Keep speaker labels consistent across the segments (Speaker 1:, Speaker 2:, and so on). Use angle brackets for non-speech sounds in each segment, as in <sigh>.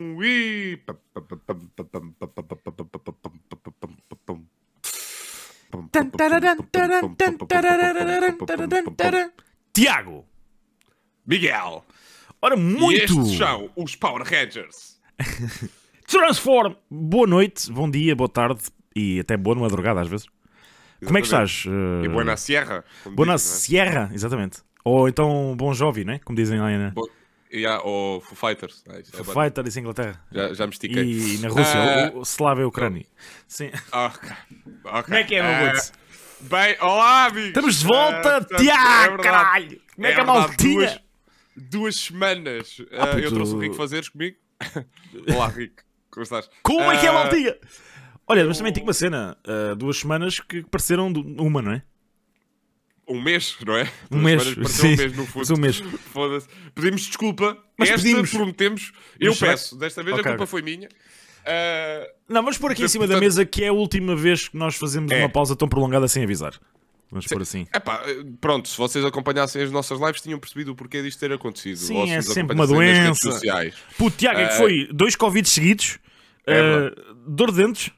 Speaker 1: um
Speaker 2: Ui!
Speaker 1: Tiago!
Speaker 2: Miguel!
Speaker 1: Ora,
Speaker 2: E
Speaker 1: muito!
Speaker 2: estes são os Power Rangers.
Speaker 1: Transform! Boa noite, bom dia, boa tarde e até boa madrugada às vezes. Como é que
Speaker 2: Exatamente.
Speaker 1: estás?
Speaker 2: E
Speaker 1: eh,
Speaker 2: Buena Sierra. como
Speaker 1: Buena
Speaker 2: dizem, é?
Speaker 1: Sierra, exatamente. Ou então Bom Jovem, né? Como dizem lá na
Speaker 2: não é? Bo- Yeah, ou Foo Fighters. Ah, isto é bom.
Speaker 1: Fighter, isso em Inglaterra.
Speaker 2: já, já me estiquei.
Speaker 1: E na Rússia,
Speaker 2: Ah,
Speaker 1: o- o Slávia e Ucrânia. <laughs> Sim.
Speaker 2: ok. Ok.
Speaker 1: Como é que é, meu
Speaker 2: Ah,
Speaker 1: Woods?
Speaker 2: Bem, olá, amigos!
Speaker 1: Estamos de volta,
Speaker 2: Ah, portanto,
Speaker 1: Tiago,
Speaker 2: verdade.
Speaker 1: caralho! Como é que a
Speaker 2: verdade,
Speaker 1: maltinha?
Speaker 2: Duas, duas semanas. Ah,
Speaker 1: puto.
Speaker 2: eu trouxe o Rico Fazeres
Speaker 1: <laughs>
Speaker 2: comigo. olá, Rico. Como estás?
Speaker 1: Como é que é a
Speaker 2: Ah,
Speaker 1: maltinha? Olha, mas também tem uma cena, ah, duas semanas que pareceram de uma, não é?
Speaker 2: Um mês, não é?
Speaker 1: Um
Speaker 2: Duas
Speaker 1: mês,
Speaker 2: semanas, pareceu
Speaker 1: sim.
Speaker 2: Um mês, no fundo.
Speaker 1: Pareceu um mês.
Speaker 2: Foda-se. Pedimos desculpa.
Speaker 1: Mas
Speaker 2: Esta
Speaker 1: pedimos.
Speaker 2: prometemos. Eu
Speaker 1: será que-
Speaker 2: peço. Desta vez
Speaker 1: Ok,
Speaker 2: a culpa
Speaker 1: ok.
Speaker 2: foi minha. Ah,
Speaker 1: Não, vamos pôr aqui em cima da
Speaker 2: Portanto-
Speaker 1: mesa que é a última vez que nós fazemos
Speaker 2: É.
Speaker 1: uma pausa tão prolongada sem avisar. Vamos pôr assim.
Speaker 2: Epá, pronto, se vocês acompanhassem as nossas lives tinham percebido o porquê disto ter acontecido.
Speaker 1: Sim,
Speaker 2: Ou se
Speaker 1: é
Speaker 2: nos
Speaker 1: sempre uma
Speaker 2: acompanhassem nas redes
Speaker 1: doença.
Speaker 2: sociais.
Speaker 1: Puto, Tiago, é que
Speaker 2: Ah,
Speaker 1: foi dois Covid seguidos,
Speaker 2: é
Speaker 1: ah,
Speaker 2: verdade.
Speaker 1: dor de dentes.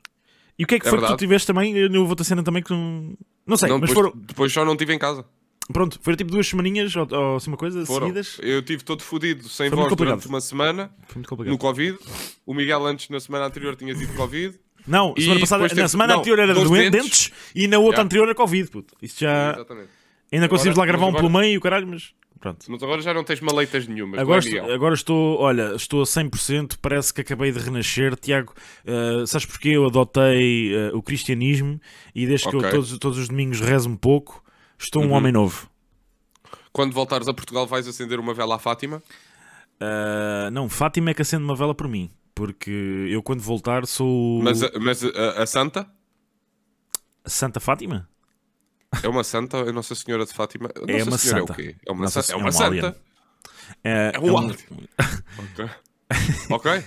Speaker 1: E o que é que
Speaker 2: É
Speaker 1: foi que tu
Speaker 2: verdade.
Speaker 1: tiveste também? Eu vou outra cena também que tu... Não sei,
Speaker 2: Não,
Speaker 1: mas
Speaker 2: depois,
Speaker 1: foram...
Speaker 2: depois só não estive em casa.
Speaker 1: Pronto, foram tipo duas semaninhas ou, ou assim uma coisa
Speaker 2: Foram.
Speaker 1: seguidas.
Speaker 2: Eu estive todo fodido, sem
Speaker 1: Foi muito
Speaker 2: voz
Speaker 1: complicado.
Speaker 2: durante uma semana,
Speaker 1: Foi muito
Speaker 2: no
Speaker 1: complicado.
Speaker 2: Covid. O Miguel antes, na semana anterior, tinha tido Covid.
Speaker 1: Não,
Speaker 2: E
Speaker 1: semana passada,
Speaker 2: depois
Speaker 1: na
Speaker 2: teve-
Speaker 1: semana
Speaker 2: não,
Speaker 1: anterior era
Speaker 2: dores de
Speaker 1: doente, dentes.
Speaker 2: dentes.
Speaker 1: e na outra
Speaker 2: Já.
Speaker 1: anterior era Covid, puto. Isto já.
Speaker 2: Exatamente.
Speaker 1: Ainda conseguimos lá
Speaker 2: Agora-
Speaker 1: gravar um
Speaker 2: mas
Speaker 1: pelo
Speaker 2: agora-
Speaker 1: meio e o caralho, mas. Pronto.
Speaker 2: Mas agora já não tens maleitas nenhumas,
Speaker 1: Agora,
Speaker 2: não é,
Speaker 1: estou,
Speaker 2: Miguel?
Speaker 1: agora estou, olha, estou a 100%, parece que acabei de renascer, Tiago. eh, sabes porquê? Eu adotei eh, o cristianismo e desde que eu
Speaker 2: Ok. Uhum.
Speaker 1: todos, todos os domingos rezo um pouco, estou um homem novo.
Speaker 2: Quando voltares a Portugal vais acender uma vela à Fátima?
Speaker 1: Eh, não, Fátima é que acende uma vela por mim, porque eu quando voltar sou.
Speaker 2: Mas, eh, a, mas a- a Santa?
Speaker 1: Santa Fátima?
Speaker 2: É uma santa? É Nossa Senhora de Fátima? Nossa
Speaker 1: uma
Speaker 2: Senhora
Speaker 1: santa.
Speaker 2: é o quê? É uma,
Speaker 1: Nossa
Speaker 2: sa- é
Speaker 1: Senhora,
Speaker 2: uma
Speaker 1: um alien.
Speaker 2: santa?
Speaker 1: É,
Speaker 2: um
Speaker 1: eu-
Speaker 2: alien. Ok.
Speaker 1: <laughs>
Speaker 2: ok.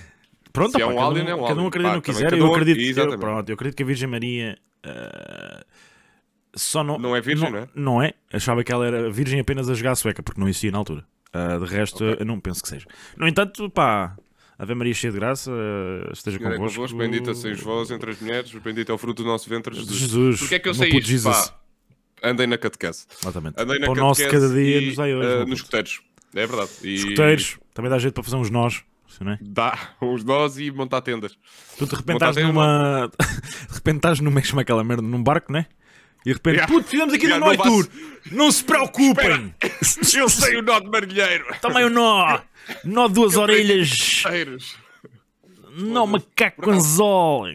Speaker 1: Pronto,
Speaker 2: Se é
Speaker 1: pá,
Speaker 2: um
Speaker 1: cada,
Speaker 2: alien,
Speaker 1: um,
Speaker 2: é um
Speaker 1: cada um
Speaker 2: alien.
Speaker 1: acredita
Speaker 2: Pá,
Speaker 1: no que
Speaker 2: também
Speaker 1: quiser.
Speaker 2: cada
Speaker 1: Eu
Speaker 2: um-
Speaker 1: acredito, eu,
Speaker 2: exatamente.
Speaker 1: pronto, eu acredito que a Virgem Maria eh, só não,
Speaker 2: Não é virgem, não é?
Speaker 1: Não é. Achava que ela era virgem apenas a jogar a sueca, porque não existia na altura. Ah, de resto,
Speaker 2: Ok.
Speaker 1: eu não penso que seja. No entanto, pá, Ave Maria cheia de graça, eh, esteja
Speaker 2: Senhor é
Speaker 1: convosco.
Speaker 2: convosco, bendita sois vós entre as mulheres, bendito é o fruto do nosso ventre, Jesus.
Speaker 1: Jesus,
Speaker 2: Porquê é que eu
Speaker 1: meu
Speaker 2: sei
Speaker 1: puto
Speaker 2: isto,
Speaker 1: Jesus.
Speaker 2: pá? Andei na catequese.
Speaker 1: Exatamente.
Speaker 2: Andei na
Speaker 1: Pão nosso
Speaker 2: catequese
Speaker 1: de cada dia
Speaker 2: e,
Speaker 1: nos dai
Speaker 2: ah,
Speaker 1: hoje.
Speaker 2: nos escuteiros. É verdade. E
Speaker 1: Escuteiros, também dá jeito para fazer uns nós. Não é?
Speaker 2: Dá uns nós e montar tendas.
Speaker 1: Tu de repente
Speaker 2: Vontade
Speaker 1: estás
Speaker 2: de
Speaker 1: numa. <laughs> de repente estás no mesmo é aquela merda, num barco, né? E de repente,
Speaker 2: Yeah.
Speaker 1: puto, fizemos aqui
Speaker 2: Yeah,
Speaker 1: no Noi
Speaker 2: não vá-se-
Speaker 1: Tour! Não se preocupem! <laughs>
Speaker 2: Eu sei o nó de marinheiro.
Speaker 1: Também o nó! Nó de duas orelhas!
Speaker 2: Escuteiros.
Speaker 1: Nó macaco com anzol!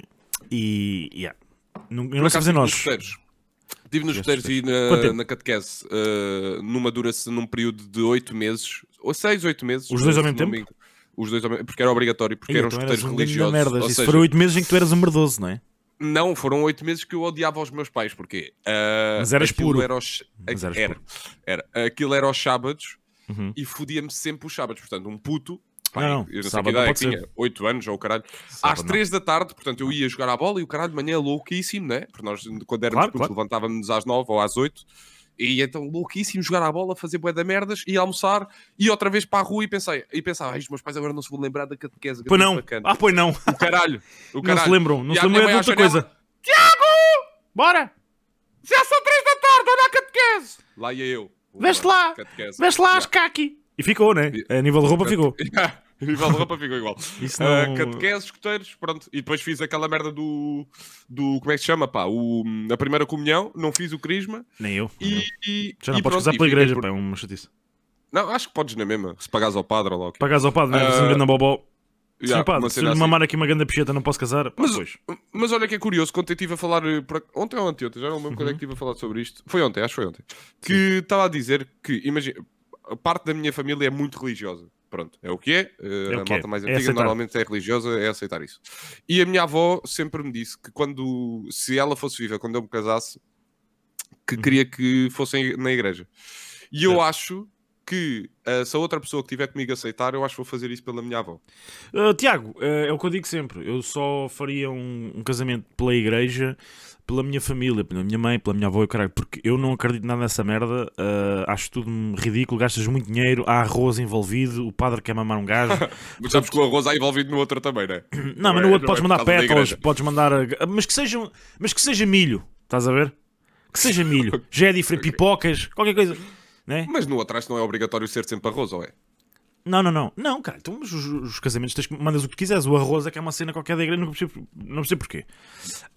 Speaker 1: E. Yeah. Não, eu não sei fazer
Speaker 2: Estive nos
Speaker 1: nós.
Speaker 2: escuteiros. Estive nos
Speaker 1: Fizeste
Speaker 2: escuteiros e
Speaker 1: Quanto tempo?
Speaker 2: na, na catequese, ah, numa duração, num período de 8 meses, ou 6, 8 meses.
Speaker 1: Os dois ao
Speaker 2: se
Speaker 1: mesmo
Speaker 2: não
Speaker 1: tempo?
Speaker 2: me engano. Os dois ao mesmo porque era obrigatório, porque
Speaker 1: Ei,
Speaker 2: eram
Speaker 1: então eras
Speaker 2: escuteiros
Speaker 1: um grande
Speaker 2: religiosos.
Speaker 1: merdas.
Speaker 2: ou
Speaker 1: Isso
Speaker 2: seja,
Speaker 1: foram oito meses em que tu eras um merdoso, não é?
Speaker 2: Não, foram oito meses que eu odiava os meus pais, porque ah,
Speaker 1: Mas eras
Speaker 2: aquilo
Speaker 1: puro.
Speaker 2: Era, aos-
Speaker 1: Mas eras
Speaker 2: era,
Speaker 1: puro.
Speaker 2: era. Aquilo era aos sábados
Speaker 1: Uhum.
Speaker 2: e fodia-me sempre os sábados. Portanto, um puto,
Speaker 1: Não, não,
Speaker 2: eu não sei
Speaker 1: sábado
Speaker 2: que
Speaker 1: não
Speaker 2: idade é
Speaker 1: pode
Speaker 2: que
Speaker 1: ser.
Speaker 2: tinha, 8 anos ou o caralho,
Speaker 1: Sábado
Speaker 2: às
Speaker 1: não.
Speaker 2: 3 da tarde, portanto, eu ia jogar à bola e o caralho de manhã é louquíssimo, né? Porque nós, quando éramos
Speaker 1: Claro,
Speaker 2: putos,
Speaker 1: claro.
Speaker 2: levantávamos-nos às 9 ou às 8 e então louquíssimo jogar à bola, fazer bué da merdas e almoçar e outra vez para a rua e pensei, e pensava, "Ai, os meus pais agora não se vão lembrar da catequese.
Speaker 1: Pois
Speaker 2: grande
Speaker 1: não!
Speaker 2: bacana."
Speaker 1: Ah, pois não!
Speaker 2: O caralho, o
Speaker 1: Não
Speaker 2: caralho.
Speaker 1: se lembram, não
Speaker 2: E
Speaker 1: se
Speaker 2: a minha
Speaker 1: lembram é de
Speaker 2: mãe à
Speaker 1: outra
Speaker 2: janela,
Speaker 1: coisa. Bora!
Speaker 2: Já são três da tarde, olha a catequese! Lá ia eu.
Speaker 1: Veste lá!
Speaker 2: Catequese.
Speaker 1: Veste lá, as caqui! E ficou, né? A nível de roupa ficou.
Speaker 2: Yeah. <laughs> O nível de roupa ficou igual.
Speaker 1: Isso
Speaker 2: Ah,
Speaker 1: não- é um-
Speaker 2: catequese, escuteiros, pronto. E depois fiz aquela merda do. do como é que se chama, pá? O, a primeira comunhão, não fiz o crisma.
Speaker 1: Nem eu.
Speaker 2: E, e-
Speaker 1: Já não
Speaker 2: e pronto,
Speaker 1: podes usar
Speaker 2: e
Speaker 1: pela
Speaker 2: fiquei
Speaker 1: igreja,
Speaker 2: por-
Speaker 1: pá, é uma chatice.
Speaker 2: Não, acho que podes na mesma. Se pagares ao padre ou lá o quê.
Speaker 1: Pagas ao padre, não é? Fazer um grande bobó.
Speaker 2: Ah, Yeah,
Speaker 1: Senhor padre,
Speaker 2: uma
Speaker 1: se
Speaker 2: cena
Speaker 1: eu lhe
Speaker 2: assim.
Speaker 1: mamar aqui uma grande picheta, não posso casar? Pá,
Speaker 2: Mas-
Speaker 1: pois.
Speaker 2: Mas olha que é curioso, quando eu estive a falar eh, por ac- ontem ou anteontem, já não lembro quando é que
Speaker 1: Uhum.
Speaker 2: estive a falar sobre isto. Foi ontem, acho que foi ontem. Que estava a dizer que, imagina, a parte da minha família é muito religiosa. Pronto, é o que é. eh,
Speaker 1: É o
Speaker 2: a
Speaker 1: que é,
Speaker 2: malta mais
Speaker 1: é
Speaker 2: antiga
Speaker 1: aceitar.
Speaker 2: normalmente é religiosa, é aceitar isso. E a minha avó sempre me disse que quando, se ela fosse viva, quando eu me
Speaker 1: Uhum.
Speaker 2: casasse, que queria que fossem na igreja. E eu acho que ah, se a outra pessoa que tiver comigo aceitar, eu acho que vou fazer isso pela minha avó.
Speaker 1: Ah, Tiago, ah, é o que eu digo sempre. Eu só faria um, um casamento pela igreja, pela minha família, pela minha mãe, pela minha avó e o caralho, porque eu não acredito nada nessa merda. ah, acho tudo ridículo. Gastas muito dinheiro, há arroz envolvido, o padre quer mamar
Speaker 2: <laughs>
Speaker 1: um gajo.
Speaker 2: Mas sabes que o arroz há envolvido no outro também, né?
Speaker 1: Não, mas
Speaker 2: é-
Speaker 1: no
Speaker 2: não
Speaker 1: outro podes
Speaker 2: é por
Speaker 1: mandar
Speaker 2: causa da
Speaker 1: pétalas,
Speaker 2: igreja.
Speaker 1: podes mandar. ah, Mas que, seja, mas que seja milho, estás a ver? Que seja
Speaker 2: <laughs>
Speaker 1: milho. Já é diferente, pipocas, qualquer coisa. Né?
Speaker 2: Mas no outro acho que não é obrigatório ser sempre arroz, ou é?
Speaker 1: Não, não, não. Não, cara, então mas os, os casamentos tens que mandas o que quiseres. O arroz é que é uma cena qualquer da igreja, não percebo, não percebo porquê.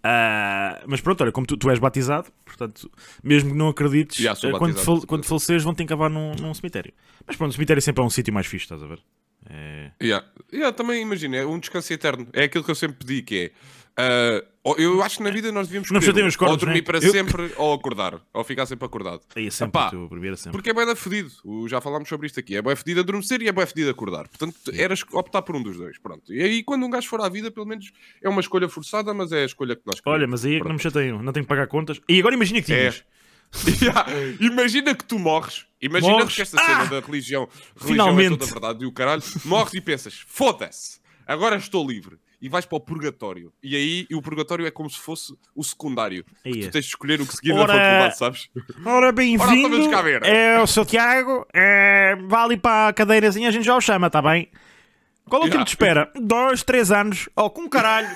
Speaker 1: Ah, mas pronto, olha, como tu, tu és batizado, portanto, mesmo que não acredites,
Speaker 2: Já sou
Speaker 1: eh, quando,
Speaker 2: batizado,
Speaker 1: fal- quando faleceres vão-te encavar num, num cemitério. Mas pronto, o cemitério sempre é um sítio mais fixe, estás a ver? É...
Speaker 2: Yeah. Yeah, também imagina, é um descanso eterno. É aquilo que eu sempre pedi, que é... ah, ou- eu acho que na vida nós devíamos
Speaker 1: Não
Speaker 2: escolher
Speaker 1: precisa ter uns
Speaker 2: ou
Speaker 1: cornos,
Speaker 2: dormir
Speaker 1: né?
Speaker 2: para
Speaker 1: Eu-
Speaker 2: sempre ou acordar, ou ficar sempre acordado.
Speaker 1: Aí é sempre,
Speaker 2: Epá,
Speaker 1: o teu primeiro é sempre.
Speaker 2: Porque é bué da fedido. O- Já falámos sobre isto aqui. É bué fedido adormecer e é bué fedido acordar. Portanto, eras optar por um dos dois. Pronto. E aí, quando um gajo for à vida, pelo menos é uma escolha forçada, mas é a escolha que nós queremos.
Speaker 1: Olha, mas aí é que não me chateiam, não tenho que pagar contas. E agora imagina que
Speaker 2: É.
Speaker 1: tinhas.
Speaker 2: <laughs> Yeah. Imagina que tu morres. Imagina
Speaker 1: Morres. Ah!
Speaker 2: que esta cena da religião, religião é
Speaker 1: Finalmente.
Speaker 2: toda verdade e o caralho. Morres e pensas, foda-se, agora estou livre. E vais para o purgatório. E aí e o purgatório é como se fosse o secundário. Que
Speaker 1: Aí é.
Speaker 2: tu tens de escolher o que seguir
Speaker 1: Ora-
Speaker 2: na faculdade, sabes?
Speaker 1: Ora,
Speaker 2: Ora, estamos
Speaker 1: bem-vindo.
Speaker 2: cá a ver.
Speaker 1: É o seu Tiago. É, vá ali para a cadeirazinha, a gente já o chama, tá bem? Qual é o
Speaker 2: Já.
Speaker 1: tempo de espera? Dois, três anos. Oh, com
Speaker 2: <laughs>
Speaker 1: caralho.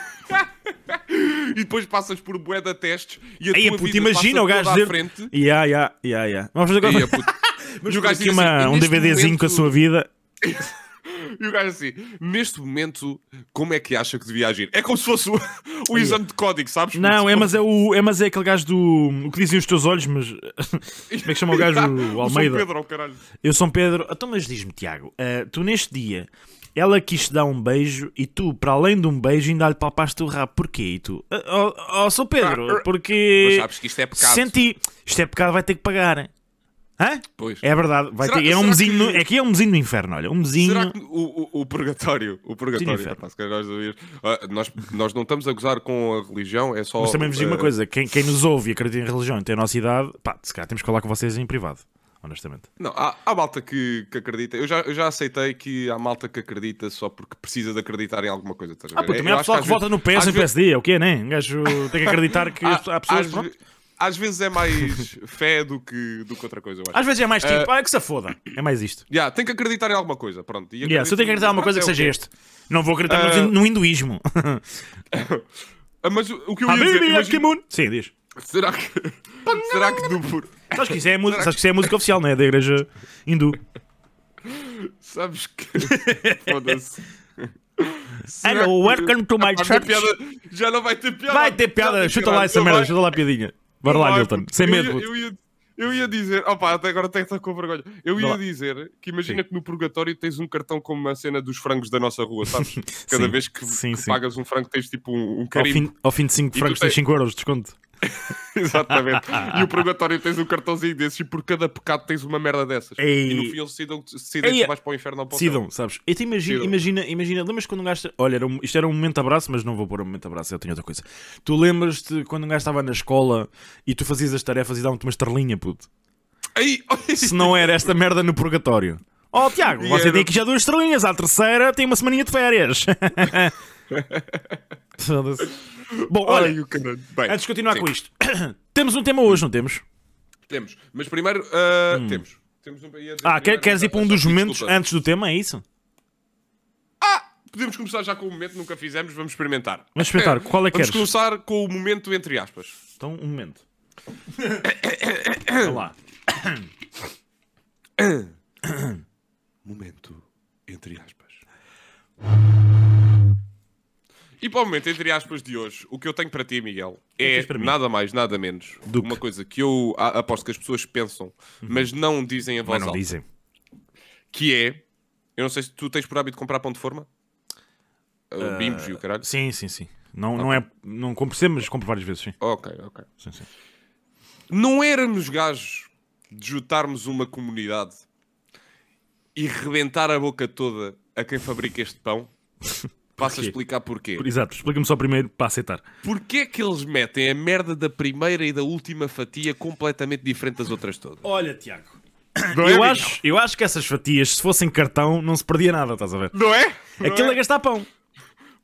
Speaker 2: E depois passas por bué de testes e a
Speaker 1: Aí, é
Speaker 2: tua
Speaker 1: puto,
Speaker 2: vida passa
Speaker 1: imagina o gajo
Speaker 2: toda
Speaker 1: dizer...
Speaker 2: à frente.
Speaker 1: Ya, ya, ya, ya. Vamos fazer
Speaker 2: E, a
Speaker 1: agora <laughs>
Speaker 2: puto-
Speaker 1: Vamos
Speaker 2: e o
Speaker 1: fazer
Speaker 2: gajo
Speaker 1: aqui
Speaker 2: diz
Speaker 1: uma-
Speaker 2: assim, "E
Speaker 1: um
Speaker 2: neste
Speaker 1: DVDzinho com a
Speaker 2: momento-
Speaker 1: sua vida.
Speaker 2: E o gajo assim, neste momento, como é que acha que devia agir? É como se fosse o, o exame de código, sabes?
Speaker 1: Não, é, mas é, o, é, mas é aquele gajo do... O que dizem os teus olhos, mas... <laughs> Como é que chama
Speaker 2: <laughs>
Speaker 1: o gajo? O
Speaker 2: São
Speaker 1: Almeida.
Speaker 2: Pedro, ao caralho.
Speaker 1: Eu sou Pedro. Então, mas diz-me, Tiago, eh, tu neste dia, ela quis te dar um beijo e tu, para além de um beijo, ainda lhe palpaste o rabo. Porquê? E tu, "Ah, oh, oh, sou
Speaker 2: Ah,
Speaker 1: Pedro,
Speaker 2: er- Mas
Speaker 1: porque
Speaker 2: sabes que isto é pecado.
Speaker 1: senti. Isto é pecado, vai ter que pagar. Hã?
Speaker 2: Pois.
Speaker 1: É verdade, vai
Speaker 2: Será-
Speaker 1: ter. É um
Speaker 2: será
Speaker 1: mesinho.
Speaker 2: que-
Speaker 1: no- É que é um mesinho no inferno, olha. Um mesinho.
Speaker 2: Será que o, o, o purgatório, o purgatório,
Speaker 1: inferno.
Speaker 2: rapaz, que nós, devíamos- Ah, nós, nós não estamos a gozar com a religião, é só.
Speaker 1: Mas também vos digo uma
Speaker 2: ah,
Speaker 1: coisa: quem, quem nos ouve e acredita em religião e tem a nossa idade, pá, se calhar temos que falar com vocês em privado, honestamente.
Speaker 2: Não, há, há malta que, que acredita. Eu já, eu já aceitei que há malta que acredita só porque precisa de acreditar em alguma coisa. Estás a
Speaker 1: Ah,
Speaker 2: ver?
Speaker 1: pô,
Speaker 2: Eu
Speaker 1: também há
Speaker 2: acho
Speaker 1: pessoal
Speaker 2: às
Speaker 1: que vota
Speaker 2: vezes-
Speaker 1: no PS
Speaker 2: às
Speaker 1: e no
Speaker 2: vezes-
Speaker 1: PSD, é o quê, né? Um gajo tem que acreditar que <laughs> Ah, as-
Speaker 2: há-
Speaker 1: há pessoas.
Speaker 2: às,
Speaker 1: pronto.
Speaker 2: ve- às vezes é mais
Speaker 1: <laughs>
Speaker 2: fé do que, do que outra coisa, eu acho.
Speaker 1: Às vezes é mais
Speaker 2: Eh,
Speaker 1: tipo, ah, que se foda. É mais isto.
Speaker 2: Yeah, tem que acreditar em alguma coisa, pronto. E
Speaker 1: Yeah, se eu tenho que acreditar em alguma coisa que
Speaker 2: pronto, é o
Speaker 1: seja
Speaker 2: quê?
Speaker 1: este. Não vou acreditar no
Speaker 2: Ah,
Speaker 1: hin-
Speaker 2: <laughs>
Speaker 1: no hinduísmo.
Speaker 2: Ah, Mas o, o que eu ia dizer,
Speaker 1: Habibi
Speaker 2: imagina-
Speaker 1: Akimun. Sim, diz.
Speaker 2: será que será que no pur-
Speaker 1: Sabes que isso é a música, sabes que isso é a música oficial, não é? Da igreja hindu.
Speaker 2: sabes
Speaker 1: <laughs>
Speaker 2: que foda-se. Será
Speaker 1: Hello,
Speaker 2: que-
Speaker 1: welcome to my
Speaker 2: Ah,
Speaker 1: church.
Speaker 2: piada- já não vai ter piada.
Speaker 1: Vai ter piada,
Speaker 2: Caralho,
Speaker 1: chuta lá essa
Speaker 2: não
Speaker 1: merda,
Speaker 2: vai.
Speaker 1: chuta lá a piadinha. Bora lá,
Speaker 2: Vai,
Speaker 1: Milton.
Speaker 2: puto.
Speaker 1: Sem
Speaker 2: Eu
Speaker 1: medo,
Speaker 2: ia-
Speaker 1: puto.
Speaker 2: Eu ia, eu ia dizer, opá, até agora até estou com vergonha. Eu
Speaker 1: Vai lá.
Speaker 2: ia dizer que imagina que no purgatório tens um cartão como a cena dos frangos da nossa rua,
Speaker 1: <laughs>
Speaker 2: sabes? Cada
Speaker 1: Sim.
Speaker 2: vez que,
Speaker 1: Sim,
Speaker 2: que
Speaker 1: sim.
Speaker 2: pagas um frango tens tipo um, um <laughs>
Speaker 1: Ao
Speaker 2: carimbo.
Speaker 1: fim, ao fim de 5
Speaker 2: tu
Speaker 1: francos tens
Speaker 2: tens-
Speaker 1: 5 euros de desconto.
Speaker 2: Exatamente. e o purgatório
Speaker 1: <laughs>
Speaker 2: tens um cartãozinho desses e por cada pecado tens uma merda dessas.
Speaker 1: Ei.
Speaker 2: E no fim eles decidam, decidem
Speaker 1: Ei.
Speaker 2: se vais para o inferno ou para o céu.
Speaker 1: Decidam, sabes? Então imagina,
Speaker 2: Decidam.
Speaker 1: imagina, imagina, lembras quando um gajo. Olha, era um- isto era um momento abraço, mas não vou pôr um momento abraço, eu tenho outra coisa. Tu lembras-te quando um gajo estava na escola e tu fazias as tarefas e davam-te uma estrelinha, puto?
Speaker 2: <laughs> Ei, oi.
Speaker 1: Se não era esta merda no purgatório. Oh, Tiago,
Speaker 2: E
Speaker 1: você
Speaker 2: era-
Speaker 1: tem aqui já duas estrelinhas, à terceira tem uma semaninha
Speaker 2: <laughs>
Speaker 1: de férias. Foda-se. Bom, olha,
Speaker 2: Ai, o caralho. Bem,
Speaker 1: antes de continuar
Speaker 2: sim,
Speaker 1: com isto, <coughs> temos um tema hoje, não temos?
Speaker 2: Temos. Mas primeiro, ah, temos. Temos um... ia dizer
Speaker 1: Hum. Ah, quer-
Speaker 2: primeiro,
Speaker 1: queres ir para um dos
Speaker 2: desculpa.
Speaker 1: momentos antes do tema, é isso?
Speaker 2: Ah, podemos começar já com o momento, nunca fizemos, vamos experimentar. <coughs>
Speaker 1: Vamos experimentar, qual é que
Speaker 2: Vamos
Speaker 1: queres?
Speaker 2: começar com o momento entre aspas.
Speaker 1: Então,
Speaker 2: <coughs>
Speaker 1: um momento. Olha lá.
Speaker 2: Momento entre aspas. E para o momento entre aspas de hoje, o que eu tenho para ti, Miguel, é
Speaker 1: tens para mim?
Speaker 2: nada mais, nada menos
Speaker 1: Do
Speaker 2: uma
Speaker 1: que? Uhum.
Speaker 2: coisa que eu a- aposto que as pessoas pensam, mas não dizem a voz
Speaker 1: Mas não
Speaker 2: alta,
Speaker 1: dizem.
Speaker 2: que é, eu não sei se tu tens por hábito comprar pão de forma?
Speaker 1: Ah,
Speaker 2: Uh, Bimbos e o caralho?
Speaker 1: Sim, sim, sim. Não, não é. Não compro sempre, mas compro várias vezes, sim.
Speaker 2: Ok, ok.
Speaker 1: sim, sim.
Speaker 2: Não éramos gajos de juntarmos uma comunidade e rebentar a boca toda a quem fabrica este
Speaker 1: <laughs>
Speaker 2: pão? Passo a
Speaker 1: Porquê?
Speaker 2: explicar porquê.
Speaker 1: Exato, explica-me só primeiro para aceitar.
Speaker 2: Porquê é que eles metem a merda da primeira e da última fatia completamente diferente das outras todas?
Speaker 1: <coughs> Olha, Tiago.
Speaker 2: Não é,
Speaker 1: Eu
Speaker 2: Miguel?
Speaker 1: acho, eu acho que essas fatias, se fossem cartão, não se perdia nada, estás a ver?
Speaker 2: Não é? Não
Speaker 1: Aquilo
Speaker 2: é?
Speaker 1: é gastar pão.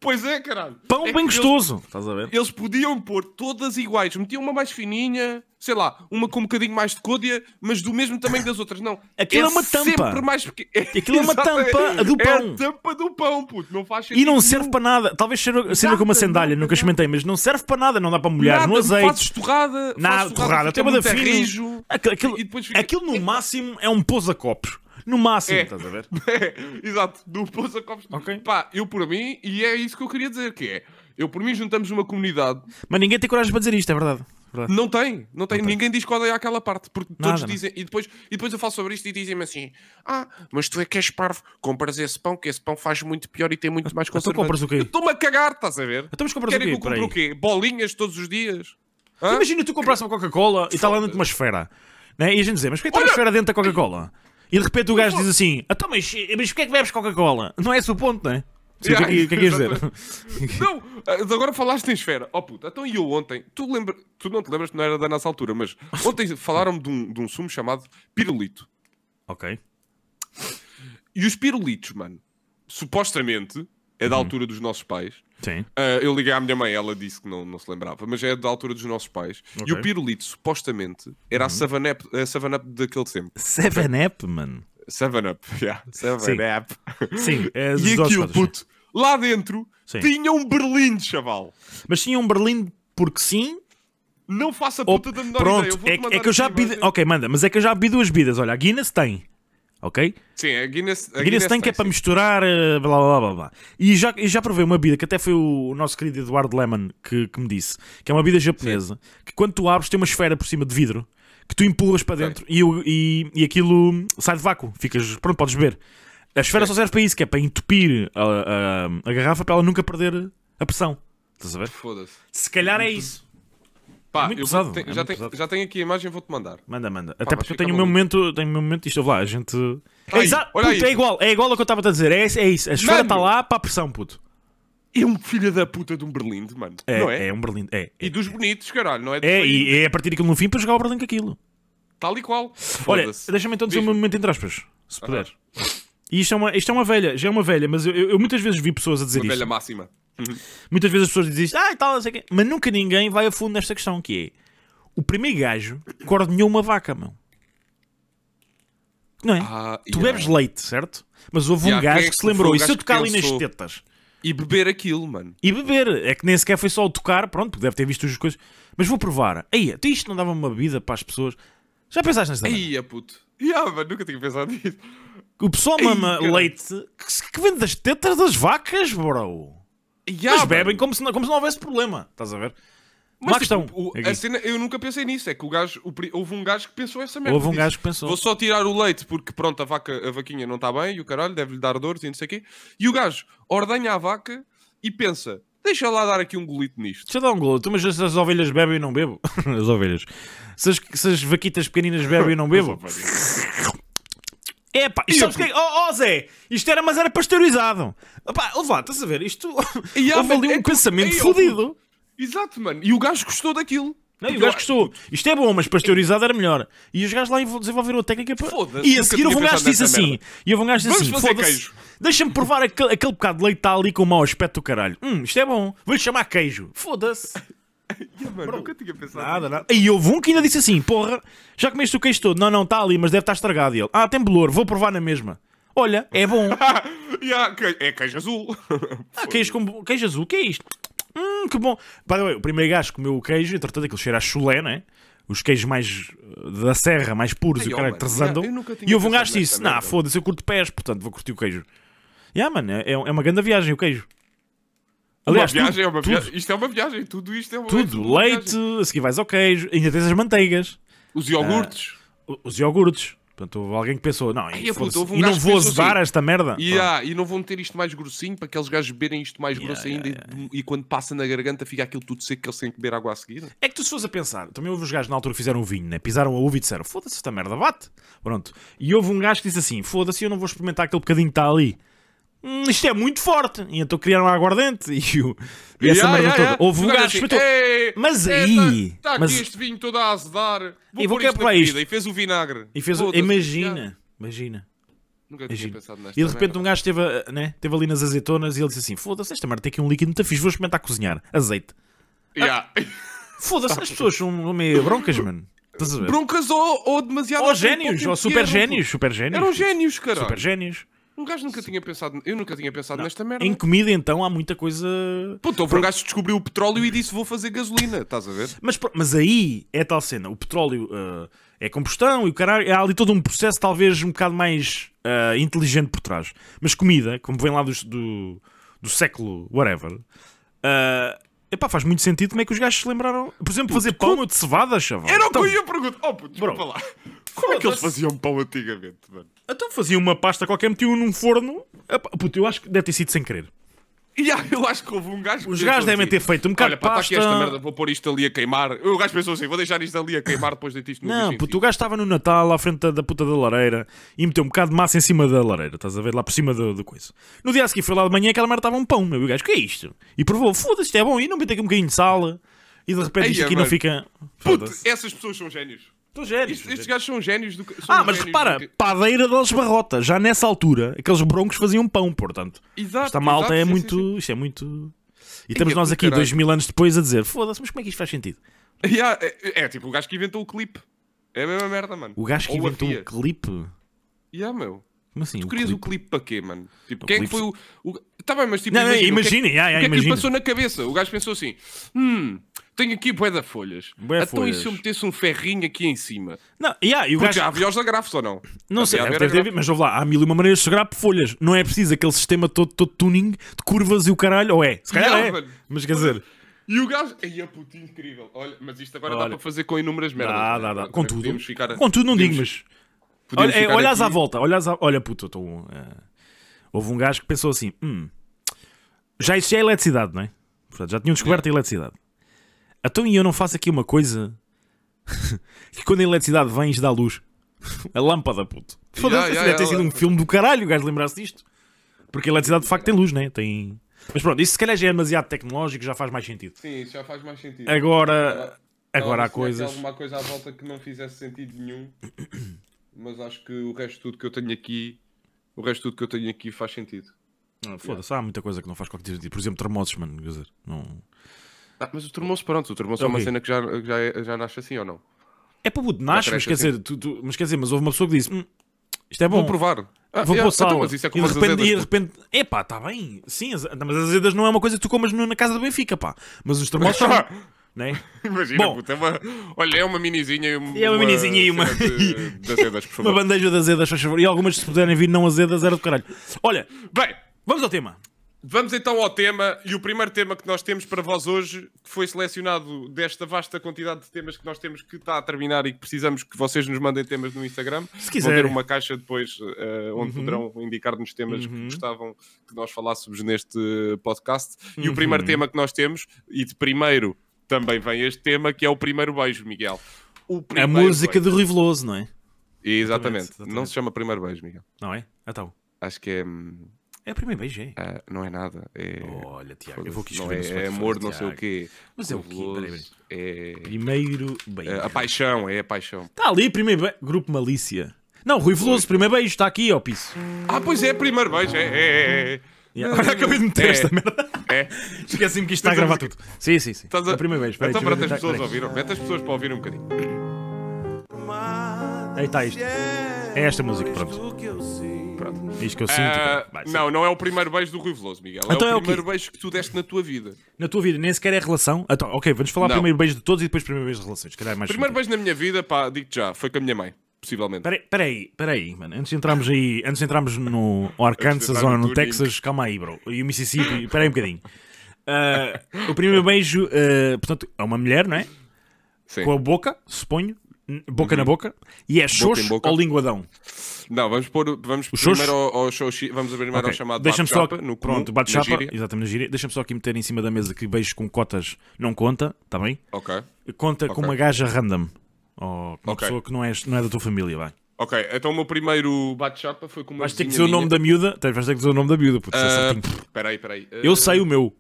Speaker 2: Pois é, caralho.
Speaker 1: Pão
Speaker 2: É que
Speaker 1: bem
Speaker 2: eles-
Speaker 1: gostoso, estás a ver?
Speaker 2: Eles podiam pôr todas iguais, metiam uma mais fininha, sei lá, uma com um bocadinho mais de côdea, mas do mesmo tamanho das outras. Não,
Speaker 1: Aquilo é uma tampa.
Speaker 2: Sempre mais <laughs> pequeno.
Speaker 1: Aquilo é uma tampa do
Speaker 2: É
Speaker 1: pão.
Speaker 2: a tampa do pão, puto. Não faz sentido.
Speaker 1: E não serve para nada. Talvez sirva, sirva com uma
Speaker 2: Nada,
Speaker 1: sandália,
Speaker 2: nada,
Speaker 1: nunca experimentei, mas não serve para nada. Não dá para molhar
Speaker 2: Nada,
Speaker 1: no azeite.
Speaker 2: Fazes torrada,
Speaker 1: na
Speaker 2: fazes fica
Speaker 1: torrada, até uma da
Speaker 2: muito
Speaker 1: fina.
Speaker 2: rijo. <laughs>
Speaker 1: Aqu- Aquilo,
Speaker 2: E depois fica-
Speaker 1: aquilo no máximo é um pousa-copos. No máximo,
Speaker 2: É.
Speaker 1: estás a ver?
Speaker 2: Exato, do Pousa Copos.
Speaker 1: Ok.
Speaker 2: Pá, eu por mim, e é isso que eu queria dizer, que é, eu por mim juntamos uma comunidade,
Speaker 1: Mas ninguém tem coragem para dizer isto, é verdade. É verdade.
Speaker 2: não tem, não tem, ninguém diz que odeia aquela parte, porque
Speaker 1: Nada,
Speaker 2: todos
Speaker 1: não.
Speaker 2: dizem, e depois, e depois eu falo sobre isto e dizem-me assim, ah, mas tu é que és parvo, compras esse pão, que esse pão faz muito pior e tem muito mais
Speaker 1: Então
Speaker 2: conservante.
Speaker 1: compras o quê?
Speaker 2: Eu estou-me a cagar, estás a ver?
Speaker 1: Então, mas compras o
Speaker 2: Querem
Speaker 1: quê?
Speaker 2: que eu compre
Speaker 1: Peraí.
Speaker 2: o quê? Bolinhas todos os
Speaker 1: <laughs>
Speaker 2: dias? Hã?
Speaker 1: Imagina tu comprasse uma Coca-Cola e está lá dentro uma esfera. Né? E a gente dizer, mas porquê que tem uma
Speaker 2: Olha!
Speaker 1: esfera dentro da Coca-Cola? E de repente o gajo diz assim, então, mas, mas porquê é que bebes Coca-Cola? Não é esse o ponto, não é? Sim, o que é que- o que é que ias dizer?
Speaker 2: Não, ah, agora falaste em esfera. Oh puta, então e eu ontem, tu, lembra... tu não te lembras que não era da nossa altura,
Speaker 1: <laughs>
Speaker 2: mas ontem falaram-me de um, de um sumo chamado pirulito.
Speaker 1: <laughs> ok.
Speaker 2: E os pirulitos, mano, supostamente é
Speaker 1: Uhum.
Speaker 2: da altura dos nossos pais.
Speaker 1: Sim.
Speaker 2: Ah, eu liguei à minha mãe, ela disse que não, não se lembrava, mas é da altura dos nossos pais. E
Speaker 1: Ok.
Speaker 2: o pirulito, supostamente, era a 7-Up a 7-Up daquele tempo.
Speaker 1: Seven Up, mano.
Speaker 2: 7-Up, <laughs> yeah. 7-Up.
Speaker 1: Sim, é dos
Speaker 2: E
Speaker 1: dois
Speaker 2: aquilo,
Speaker 1: lados, sim.
Speaker 2: puto, lá dentro,
Speaker 1: Sim.
Speaker 2: tinha um berlim, chaval.
Speaker 1: Mas tinha um Berlim porque sim.
Speaker 2: Não faça
Speaker 1: ou-
Speaker 2: puta da menor
Speaker 1: Pronto,
Speaker 2: ideia. Eu vou-te
Speaker 1: é, que- é
Speaker 2: mandar
Speaker 1: que eu já
Speaker 2: aqui,
Speaker 1: bebi.
Speaker 2: mas-
Speaker 1: Ok, manda, mas é que eu já bebi duas bebidas. Olha, a Guinness tem. Ok?
Speaker 2: Sim, a Guinness, a
Speaker 1: A Guinness tem que é para misturar, eh, blá blá blá blá. E já, e já provei uma bebida que até foi o nosso querido Eduardo Lemon que, que me disse, que é uma bebida japonesa, que quando tu abres tem uma esfera por cima de vidro que tu empurras para dentro e, o- e, e aquilo sai de vácuo, ficas, pronto, podes beber. A esfera só serve para isso, que é para entupir a, a- a garrafa para ela nunca perder a pressão. Estás a ver?
Speaker 2: Foda-se.
Speaker 1: Se calhar
Speaker 2: Uhum.
Speaker 1: é isso.
Speaker 2: Pá,
Speaker 1: muito
Speaker 2: eu
Speaker 1: pesado,
Speaker 2: te-
Speaker 1: é
Speaker 2: já,
Speaker 1: muito
Speaker 2: tenho-
Speaker 1: pesado.
Speaker 2: já tenho aqui a imagem, vou-te mandar.
Speaker 1: Manda, manda. Até
Speaker 2: Ah, mas
Speaker 1: porque eu
Speaker 2: fica
Speaker 1: tenho o meu
Speaker 2: maluco.
Speaker 1: momento, tenho o meu momento isto, ouve lá, a gente. É,
Speaker 2: aí,
Speaker 1: exa-
Speaker 2: olha aí.
Speaker 1: puto, é igual, é igual ao que eu estava a dizer, é, isso- é isso. A esfera
Speaker 2: Mano!
Speaker 1: está lá para a pressão, puto.
Speaker 2: É um filho da puta de um Berlinde, mano.
Speaker 1: É,
Speaker 2: não é?
Speaker 1: é um Berlim. É,
Speaker 2: E
Speaker 1: é,
Speaker 2: dos bonitos, caralho, não é? dos
Speaker 1: é,
Speaker 2: feios.
Speaker 1: e é a partir daquilo no fim para jogar o Berlim com aquilo.
Speaker 2: Tal e qual.
Speaker 1: Olha,
Speaker 2: Foda-se.
Speaker 1: deixa-me então dizer um
Speaker 2: Diz-me.
Speaker 1: momento entre aspas, se puder.
Speaker 2: Aham.
Speaker 1: E isto é, uma, isto é uma velha, já é uma velha, mas eu, eu- eu muitas vezes vi pessoas a dizer
Speaker 2: Uma
Speaker 1: isto.
Speaker 2: velha máxima.
Speaker 1: Muitas vezes as pessoas dizem isto, ah, e tal, não sei o quê. Mas nunca ninguém vai a fundo nesta questão, que é o primeiro gajo coordenou uma vaca, mão. Não é?
Speaker 2: Ah,
Speaker 1: tu
Speaker 2: yeah.
Speaker 1: bebes leite, certo? Mas houve um
Speaker 2: Yeah,
Speaker 1: gajo
Speaker 2: quem é
Speaker 1: que
Speaker 2: que
Speaker 1: se lembrou,
Speaker 2: foi o
Speaker 1: e se eu
Speaker 2: gajo que
Speaker 1: tocar ali nas
Speaker 2: pensou?
Speaker 1: tetas
Speaker 2: E beber aquilo, mano.
Speaker 1: e beber, é que nem sequer foi só o tocar, pronto, porque deve ter visto as coisas, mas vou provar. Aí, até isto não dava uma bebida para as pessoas. Já pensaste nesta? merda?
Speaker 2: Ia, é puto. Ia, mano, nunca tinha pensado nisso.
Speaker 1: O pessoal
Speaker 2: Ei,
Speaker 1: mama
Speaker 2: caralho.
Speaker 1: leite que, se- que vende das tetas das vacas, bro.
Speaker 2: Ia,
Speaker 1: Mas
Speaker 2: mano.
Speaker 1: bebem como se, não, como se não houvesse problema, estás a ver? Mas,
Speaker 2: tipo,
Speaker 1: questão. É
Speaker 2: o-
Speaker 1: aqui.
Speaker 2: a cena, eu nunca pensei nisso. É que o gajo, o pri- houve um gajo que pensou essa merda.
Speaker 1: Houve um
Speaker 2: Disse,
Speaker 1: gajo que pensou.
Speaker 2: Vou só tirar o leite porque, pronto, a, vaca, a vaquinha não está bem e o caralho deve-lhe dar dores e não sei o quê. E o gajo ordenha a vaca e pensa: deixa lá dar aqui um golito nisto.
Speaker 1: Deixa eu dar um golo. Tu, mas se as ovelhas bebem, eu não bebo. <laughs> As ovelhas. Se as, se as vaquitas pequeninas bebem, eu
Speaker 2: <laughs>
Speaker 1: não bebo. É pá, isto sabes que oh, oh Zé, isto era, mas era pasteurizado. Pá, lá, estás a ver? Isto.
Speaker 2: E há,
Speaker 1: <laughs> houve ali
Speaker 2: mas
Speaker 1: um
Speaker 2: é que-
Speaker 1: pensamento
Speaker 2: Ei, ó,
Speaker 1: fodido. Tipo,
Speaker 2: Exato, mano. E o gajo gostou daquilo.
Speaker 1: Não, e o
Speaker 2: Eu-
Speaker 1: gajo gostou. Isto é bom, mas pasteurizado era melhor. E os gajos lá envol- desenvolveram a técnica para.
Speaker 2: Foda-se,
Speaker 1: E a
Speaker 2: nunca
Speaker 1: seguir houve um
Speaker 2: tinha
Speaker 1: gajo que disse
Speaker 2: pensado nessa
Speaker 1: assim.
Speaker 2: merda.
Speaker 1: E houve um gajo que disse
Speaker 2: Vamos
Speaker 1: assim:
Speaker 2: fazer
Speaker 1: foda-se.
Speaker 2: queijo.
Speaker 1: Deixa-me provar aquele, aquele bocado de leite que está ali com o mau aspecto do caralho. Hum, isto é bom. Vou-lhe chamar queijo. Foda-se.
Speaker 2: Ia, mano, nunca tinha pensado
Speaker 1: Nada, nada. E houve um que ainda disse assim: porra, já comeste o queijo todo? Não, não, está ali, mas deve estar estragado. E ele: ah, tem bolor, vou provar na mesma. Olha,
Speaker 2: <laughs>
Speaker 1: é bom.
Speaker 2: E há que- é queijo azul. <laughs>
Speaker 1: Ah, queijo, com... bo- queijo azul, o que é isto? Hum, que bom. By the way, o primeiro gajo comeu o queijo, entretanto aquilo cheira a chulé, né? Os queijos mais uh, da serra, mais puros
Speaker 2: Ai,
Speaker 1: e o
Speaker 2: oh,
Speaker 1: caralho,
Speaker 2: mano,
Speaker 1: trazando.
Speaker 2: yeah, eu nunca tinha
Speaker 1: e houve um gajo
Speaker 2: pensado
Speaker 1: que disse:
Speaker 2: nessa
Speaker 1: Nah,
Speaker 2: merda."
Speaker 1: foda-se, eu curto pés, portanto vou curtir o queijo. Yeah, mano, é, é uma grande viagem o queijo. Aliás,
Speaker 2: uma viagem,
Speaker 1: tudo,
Speaker 2: é uma
Speaker 1: tudo,
Speaker 2: viagem. Isto é uma viagem. Tudo isto é uma
Speaker 1: tudo,
Speaker 2: é uma
Speaker 1: leite,
Speaker 2: viagem.
Speaker 1: a seguir vais ao queijo, ainda tens as manteigas,
Speaker 2: Os iogurtes.
Speaker 1: o- os iogurtes. Portanto, houve alguém que pensou: Não,
Speaker 2: Ai, puto,
Speaker 1: foda-se,
Speaker 2: houve um
Speaker 1: e não
Speaker 2: gajo que
Speaker 1: vou
Speaker 2: pensou
Speaker 1: azedar
Speaker 2: assim,
Speaker 1: esta merda.
Speaker 2: E, há- e não vão meter isto mais grossinho para aqueles gajos beberem isto mais
Speaker 1: Yeah,
Speaker 2: grosso ainda. e- E, quando passa na garganta fica aquilo tudo seco que eles têm que beber água a seguir.
Speaker 1: É que tu se fores a pensar, também houve os gajos na altura que fizeram o vinho, né? pisaram a uva e disseram foda-se esta merda, bate. Pronto. E houve um gajo que disse assim: foda-se, eu não vou experimentar aquele bocadinho que está ali. "Hum, isto é muito forte. E então criaram a aguardente <laughs> e, o, e essa
Speaker 2: Ya,
Speaker 1: merda
Speaker 2: ya,
Speaker 1: toda.
Speaker 2: ya.
Speaker 1: Houve um
Speaker 2: O
Speaker 1: gajo que
Speaker 2: assim,
Speaker 1: espetou.
Speaker 2: "Ei,
Speaker 1: Mas
Speaker 2: é,
Speaker 1: aí-
Speaker 2: Está aqui
Speaker 1: mas-
Speaker 2: este vinho todo a azedar. Vou
Speaker 1: E vou
Speaker 2: pôr
Speaker 1: que é
Speaker 2: isto na
Speaker 1: para isto.
Speaker 2: comida." E fez o vinagre.
Speaker 1: E fez.
Speaker 2: Foda-se, já.
Speaker 1: Imagina, imagina.
Speaker 2: Nunca tinha
Speaker 1: Imagina.
Speaker 2: pensado nesta
Speaker 1: E de repente
Speaker 2: merda.
Speaker 1: um gajo esteve, a- né, esteve ali nas azeitonas e ele disse assim: Foda-se, esta merda tem aqui um líquido muito fixe, vou experimentar cozinhar. Azeite.
Speaker 2: Ya.
Speaker 1: Foda-se, as pessoas são meio broncas, mano. Estás a ver?
Speaker 2: Broncas um ou, ou demasiado.
Speaker 1: Ou
Speaker 2: ao tempo,
Speaker 1: génios,
Speaker 2: ou
Speaker 1: ou super génios, super génios.
Speaker 2: Eram génios, caralho.
Speaker 1: Super génios.
Speaker 2: Um gajo nunca tinha pensado. Eu nunca tinha pensado nesta merda.
Speaker 1: Em comida, então, há muita coisa.
Speaker 2: Puta, houve um gajo que descobriu o petróleo e disse vou fazer gasolina. Estás a ver?
Speaker 1: Mas, pro- mas aí é tal cena. O petróleo ah, é combustão e o caralho. Há ali todo um processo talvez um bocado mais ah, inteligente por trás. Mas comida, como vem lá dos- do, do século whatever, ah, epá, faz muito sentido como é que os gajos se lembraram. Por exemplo, fazer pão de cevada, chaval.
Speaker 2: Era o que
Speaker 1: então,
Speaker 2: eu ia perguntar. Oh, puto,
Speaker 1: Bro.
Speaker 2: desculpa lá. Como é que eles
Speaker 1: Foda-se.
Speaker 2: faziam pão antigamente, mano?
Speaker 1: então fazia uma pasta qualquer, metiam num forno. Epá, puto, eu acho que deve ter sido sem querer.
Speaker 2: E há- eu acho que houve um gajo que
Speaker 1: Os
Speaker 2: pensou
Speaker 1: gajos devem
Speaker 2: assim,
Speaker 1: ter feito um bocado
Speaker 2: Olha,
Speaker 1: de
Speaker 2: pá, tá
Speaker 1: pasta.
Speaker 2: aqui esta merda, vou pôr isto ali a queimar. O gajo pensou assim, vou deixar isto ali a queimar depois deito isto no
Speaker 1: Não,
Speaker 2: lixo em
Speaker 1: puto,
Speaker 2: si.
Speaker 1: o gajo estava no Natal à frente da, da puta da lareira e meteu um bocado de massa em cima da lareira, estás a ver? Lá por cima do, do coisa. No dia a seguir foi lá de manhã e aquela merda estava um pão, meu. E o gajo, que é isto? E provou, foda-se, isto é bom. E não mete aqui um bocadinho de sal. E de repente
Speaker 2: Eia,
Speaker 1: isto aqui não
Speaker 2: mano.
Speaker 1: fica.
Speaker 2: é Puto,
Speaker 1: Foda-se.
Speaker 2: essas pessoas são génios.
Speaker 1: Estou
Speaker 2: Estes,
Speaker 1: gérios, estou
Speaker 2: estes
Speaker 1: gérios.
Speaker 2: gajos são génios do que- são
Speaker 1: Ah, mas
Speaker 2: génios
Speaker 1: repara,
Speaker 2: do que-
Speaker 1: padeira deles barrota. Já nessa altura, aqueles broncos faziam pão, portanto.
Speaker 2: Exato,
Speaker 1: Esta malta
Speaker 2: exato,
Speaker 1: é
Speaker 2: sim, sim,
Speaker 1: muito.
Speaker 2: sim. <laughs>
Speaker 1: Isto é muito. E estamos
Speaker 2: Eia,
Speaker 1: nós
Speaker 2: do
Speaker 1: aqui, dois
Speaker 2: caralho.
Speaker 1: mil anos depois, a dizer, foda-se, mas como é que isto faz sentido?
Speaker 2: Ya, é, é tipo o gajo que inventou o clipe. É a mesma merda, mano.
Speaker 1: O gajo que
Speaker 2: Ou a
Speaker 1: inventou
Speaker 2: FIA.
Speaker 1: o clipe.
Speaker 2: Ya, meu.
Speaker 1: Como assim?
Speaker 2: Tu
Speaker 1: o
Speaker 2: querias
Speaker 1: clipe?
Speaker 2: o clipe para quê, mano? Tipo, quem é que foi
Speaker 1: clipe-
Speaker 2: o. o... Tá bem, mas tipo.
Speaker 1: Não, não,
Speaker 2: imagina, o que é que-
Speaker 1: imagina, já,
Speaker 2: O
Speaker 1: já,
Speaker 2: que é que lhe
Speaker 1: imagina.
Speaker 2: passou na cabeça? O gajo pensou assim: hum, tenho aqui bué da folhas.
Speaker 1: Bué
Speaker 2: então
Speaker 1: folhas.
Speaker 2: e se eu metesse um ferrinho aqui em cima?
Speaker 1: Não, yeah, e o
Speaker 2: Porque
Speaker 1: gajo.
Speaker 2: já havia os agrafos ou não?
Speaker 1: Não
Speaker 2: Havia-
Speaker 1: sei,
Speaker 2: havia
Speaker 1: deve ter
Speaker 2: agrafos.
Speaker 1: havido, mas ouve lá, há mil e uma maneiras de segurar por folhas. Não é preciso aquele sistema todo, todo tuning de curvas e o caralho, ou é? Se calhar
Speaker 2: Yeah,
Speaker 1: é.
Speaker 2: mano.
Speaker 1: Mas quer dizer,
Speaker 2: E o gajo. Ei, é puto, incrível. Olha, mas isto agora dá
Speaker 1: Olha.
Speaker 2: para fazer com inúmeras merdas.
Speaker 1: dá,
Speaker 2: né?
Speaker 1: dá, dá.
Speaker 2: Também
Speaker 1: Contudo,
Speaker 2: podíamos ficar-
Speaker 1: contudo não digo,
Speaker 2: podíamos-
Speaker 1: mas. Olha,
Speaker 2: podíamos
Speaker 1: é,
Speaker 2: ficar
Speaker 1: olhas à
Speaker 2: aqui-
Speaker 1: volta, olhas à. Olha, puto, eu estou. eh, houve um gajo que pensou assim: hum, já isto é eletricidade, não é? Portanto, já tinham descoberto a eletricidade. Então e eu não faço aqui uma coisa <laughs> que quando a eletricidade vem, isto dá luz. <laughs> a lâmpada, puto.
Speaker 2: yeah,
Speaker 1: Foda-se, isso deve
Speaker 2: yeah,
Speaker 1: ter sido um
Speaker 2: lâmpada.
Speaker 1: filme do caralho, o gajo lembrar-se disto. Porque a eletricidade de facto tem luz, não é? Tem... Mas pronto, isso se calhar já é demasiado tecnológico, já faz mais sentido.
Speaker 2: Sim, isso já faz mais sentido.
Speaker 1: Agora. Agora
Speaker 2: Talvez tivesse
Speaker 1: há coisas.
Speaker 2: alguma coisa à volta que não fizesse sentido
Speaker 1: <coughs>
Speaker 2: nenhum, mas acho que o resto de tudo que eu tenho aqui, o resto de tudo que eu tenho aqui faz sentido.
Speaker 1: Ah, Foda-se, há muita coisa que não faz qualquer sentido. Por exemplo, termosos, mano. Quer dizer, não.
Speaker 2: Ah, mas o termoço, pronto, o termoço é uma
Speaker 1: Ok.
Speaker 2: cena que já, que já, é- já nasce assim ou não?
Speaker 1: É para puto, nasce, mas
Speaker 2: cresce
Speaker 1: quer,
Speaker 2: assim.
Speaker 1: dizer, tu- tu- mas quer dizer, mas houve uma pessoa que disse: "Hum, Isto é bom,
Speaker 2: Vou provar. Ah,
Speaker 1: vou
Speaker 2: yeah,
Speaker 1: pôr sal.
Speaker 2: então, mas isso é
Speaker 1: e
Speaker 2: como
Speaker 1: de
Speaker 2: as
Speaker 1: repente,
Speaker 2: azedas,
Speaker 1: e de
Speaker 2: puto.
Speaker 1: repente, epá, está bem. Sim, as- mas as azedas não é uma coisa que tu comas no- na casa do Benfica, pá. Mas os
Speaker 2: <laughs>
Speaker 1: termossos são. né?
Speaker 2: Imagina,
Speaker 1: Bom.
Speaker 2: puto, é uma- olha, é uma minizinha e uma,
Speaker 1: É uma minizinha e uma-
Speaker 2: cena
Speaker 1: <laughs>
Speaker 2: de- de azedas, por
Speaker 1: Uma
Speaker 2: favor.
Speaker 1: bandeja de azedas, faz favor. E algumas, se puderem vir não azedas, era do caralho. Olha,
Speaker 2: Bem,
Speaker 1: vamos ao tema.
Speaker 2: vamos então ao tema, e o primeiro tema que nós temos para vós hoje, que foi selecionado desta vasta quantidade de temas que nós temos que está a terminar e que precisamos que vocês nos mandem temas no Instagram.
Speaker 1: Se
Speaker 2: Vão ter
Speaker 1: quiserem. Uhum.
Speaker 2: uma caixa depois eh, onde poderão indicar-nos temas que gostavam que nós falássemos neste podcast. E
Speaker 1: Uhum.
Speaker 2: o primeiro tema que nós temos, e de primeiro também vem este tema, que é o primeiro beijo, Miguel. O
Speaker 1: A
Speaker 2: primeiro
Speaker 1: música
Speaker 2: beijo.
Speaker 1: do Rui Veloso, não é?
Speaker 2: Exatamente.
Speaker 1: Exatamente,
Speaker 2: Não se chama primeiro beijo, Miguel.
Speaker 1: Não é? Então.
Speaker 2: Acho que é. hum,
Speaker 1: É o primeiro beijo, é?
Speaker 2: ah, não é nada. É...
Speaker 1: Olha, Tiago, Oh, eu vou aqui
Speaker 2: não
Speaker 1: escrever
Speaker 2: é,
Speaker 1: no
Speaker 2: é
Speaker 1: Spotify,
Speaker 2: amor, não sei o
Speaker 1: Tiago.
Speaker 2: quê.
Speaker 1: Mas é o quê?
Speaker 2: Veloso,
Speaker 1: Peraí,
Speaker 2: É...
Speaker 1: Primeiro beijo.
Speaker 2: é A paixão, é a paixão.
Speaker 1: Está ali, primeiro beijo. Grupo Malícia. Não, Rui Veloso, primeiro beijo, está aqui ao piso.
Speaker 2: Ah, pois é, primeiro beijo. É, é, é, é.
Speaker 1: Yeah. Agora acabei de meter
Speaker 2: É.
Speaker 1: esta merda.
Speaker 2: É.
Speaker 1: Esqueci-me que isto está a gravar tudo. Sim, sim, sim.
Speaker 2: Estás
Speaker 1: É a primeira vez. Espera aí,
Speaker 2: Então,
Speaker 1: deixa eu
Speaker 2: pronto, as
Speaker 1: ver-
Speaker 2: pessoas
Speaker 1: espera aí.
Speaker 2: ouviram. Mete as pessoas para ouvir um bocadinho.
Speaker 1: Aí está isto. É esta música, pronto. É
Speaker 2: Pronto.
Speaker 1: Isto que eu sinto.
Speaker 2: Ah,
Speaker 1: pronto. Vai, sim.
Speaker 2: não, não é o primeiro beijo do Rui Veloso, Miguel.
Speaker 1: Então
Speaker 2: é
Speaker 1: é
Speaker 2: o
Speaker 1: o quê?
Speaker 2: primeiro beijo que tu deste na tua vida.
Speaker 1: Na tua vida, nem sequer é relação. Então, ok, vamos falar
Speaker 2: Não.
Speaker 1: primeiro beijo de todos e depois primeiro beijo de relações. Se calhar é mais
Speaker 2: Primeiro
Speaker 1: sentido.
Speaker 2: beijo na minha vida, pá, digo-te já, foi com a minha mãe, possivelmente.
Speaker 1: Peraí, peraí, peraí, mano. Antes de entrarmos aí, antes de entrarmos no Arkansas
Speaker 2: entrar
Speaker 1: ou
Speaker 2: no tuning.
Speaker 1: no Texas, calma aí, bro. E o Mississippi, peraí um bocadinho. Ah, o primeiro beijo, ah, portanto, é uma mulher, não é?
Speaker 2: Sim. Uhum.
Speaker 1: Com a boca, suponho. N- Boca na boca. E é xoxo
Speaker 2: boca.
Speaker 1: ou linguadão?
Speaker 2: Não, vamos pôr, vamos
Speaker 1: xoxo?
Speaker 2: primeiro ao, ao xoxi- vamos abrir primeiro
Speaker 1: Ok,
Speaker 2: ao chamado
Speaker 1: Deixa-me só
Speaker 2: bate-chapa, no comum,
Speaker 1: pronto,
Speaker 2: na
Speaker 1: bate chapa,
Speaker 2: gíria.
Speaker 1: exatamente na gíria. Deixa-me só aqui meter em cima da mesa que beijos com cotas não conta, está bem?
Speaker 2: Ok.
Speaker 1: Conta com
Speaker 2: Ok.
Speaker 1: uma gaja random. Ou com uma
Speaker 2: Ok.
Speaker 1: pessoa que não é, não é da tua família, vai.
Speaker 2: Ok, então o meu primeiro bate-chapa foi com uma
Speaker 1: Vais ter que dizer
Speaker 2: vizinha
Speaker 1: o nome
Speaker 2: minha.
Speaker 1: da miúda. Tens- Vais ter que dizer o nome da miúda, puto. isso é
Speaker 2: Ah,
Speaker 1: certinho.
Speaker 2: Peraí, peraí. Ah,
Speaker 1: Eu sei o meu.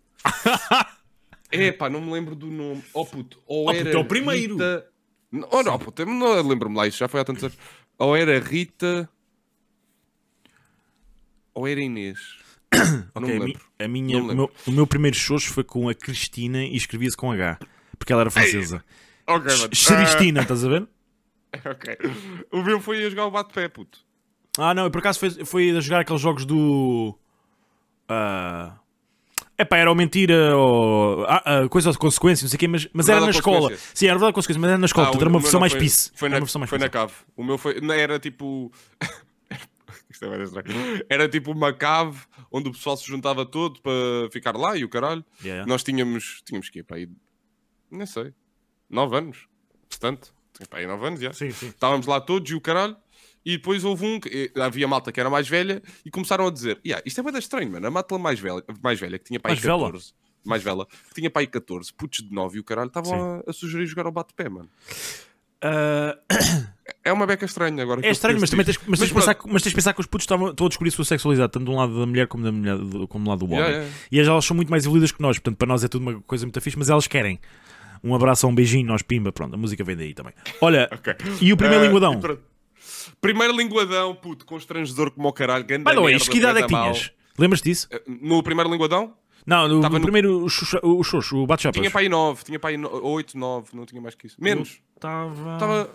Speaker 2: É pá, não me lembro do nome. Oh puto, ou
Speaker 1: Oh, puto,
Speaker 2: era.
Speaker 1: é o primeiro.
Speaker 2: Rita... Não, Oh não, puto, eu não lembro-me lá, isso já foi há tantos anos. Ou era Rita. Ou era
Speaker 1: <coughs>
Speaker 2: Inês. não
Speaker 1: Ok,
Speaker 2: me
Speaker 1: a mi-
Speaker 2: lembro.
Speaker 1: a minha,
Speaker 2: Não me
Speaker 1: o, meu, o meu primeiro xoxo foi com a Cristina e escrevia-se com H. Porque ela era francesa.
Speaker 2: Ok, mano.
Speaker 1: Ch- Cristina, estás a ver?
Speaker 2: Ah, ok. O meu foi a jogar o bate-pé, puto.
Speaker 1: Ah, não, eu por acaso foi, foi a jogar aqueles jogos do. ah, Epá, era o mentira ou. ah, ah, coisa ou consequência, não sei o quê, mas, mas era na
Speaker 2: Verdade ou
Speaker 1: escola.
Speaker 2: consequência?
Speaker 1: Sim, era verdade ou consequência, mas era na escola,
Speaker 2: Ah,
Speaker 1: portanto
Speaker 2: o-
Speaker 1: era
Speaker 2: o
Speaker 1: uma
Speaker 2: meu
Speaker 1: versão
Speaker 2: não
Speaker 1: mais
Speaker 2: foi-
Speaker 1: piece.
Speaker 2: Foi
Speaker 1: Era
Speaker 2: na,
Speaker 1: uma versão mais
Speaker 2: foi na
Speaker 1: piece.
Speaker 2: cave. O meu foi. Não, era tipo. <laughs> Isto é bué estranho. Era tipo uma cave onde o pessoal se juntava todo para ficar lá e o caralho.
Speaker 1: Yeah, yeah.
Speaker 2: Nós tínhamos. Tínhamos que ir para aí. Não sei. 9 anos. Portanto, tinha para aí 9 anos já.
Speaker 1: Sim, sim.
Speaker 2: Estávamos lá todos e o caralho. E depois houve um que eh, havia malta que era mais velha e começaram a dizer: "Ya, Isto é bem estranho, mano. A malta mais velha, mais velha que tinha para aí
Speaker 1: Mais vela?
Speaker 2: 14, mais velha, que tinha para aí 14, putos de 9 e o caralho, estavam a, a sugerir jogar ao bate-pé, mano.
Speaker 1: Ah,
Speaker 2: É uma beca estranha agora. que
Speaker 1: é
Speaker 2: eu
Speaker 1: estranho, mas
Speaker 2: penso
Speaker 1: também
Speaker 2: nisto.
Speaker 1: tens, mas tens de
Speaker 2: pronto,
Speaker 1: pensar, que- mas tens de pensar que os putos estavam, estão a descobrir a sua sexualidade, tanto de um lado da mulher como, da mulher, do- como do lado do homem.
Speaker 2: Yeah, yeah.
Speaker 1: E elas são muito mais evoluídas que nós, portanto, para nós é tudo uma coisa muito fixe, mas elas querem. Um abraço, um beijinho, nós pimba, pronto, a música vem daí também. Olha,
Speaker 2: Ok.
Speaker 1: e o primeiro
Speaker 2: Eh,
Speaker 1: um linguadão?
Speaker 2: e pronto. Primeiro linguadão, puto, constrangedor como o caralho. grande
Speaker 1: By the way,
Speaker 2: merda,
Speaker 1: isto que idade é que
Speaker 2: bué da
Speaker 1: tinhas? Lembras-te disso?
Speaker 2: mau. Eh, No primeiro linguadão,
Speaker 1: Não, no,
Speaker 2: Tava
Speaker 1: no
Speaker 2: no-
Speaker 1: primeiro o Xuxa- o Xoxo, o Bate-Chapas.
Speaker 2: tinha para aí 9, tinha para aí 8, 9, não tinha mais que isso. Menos.
Speaker 1: Estava.
Speaker 2: Estava.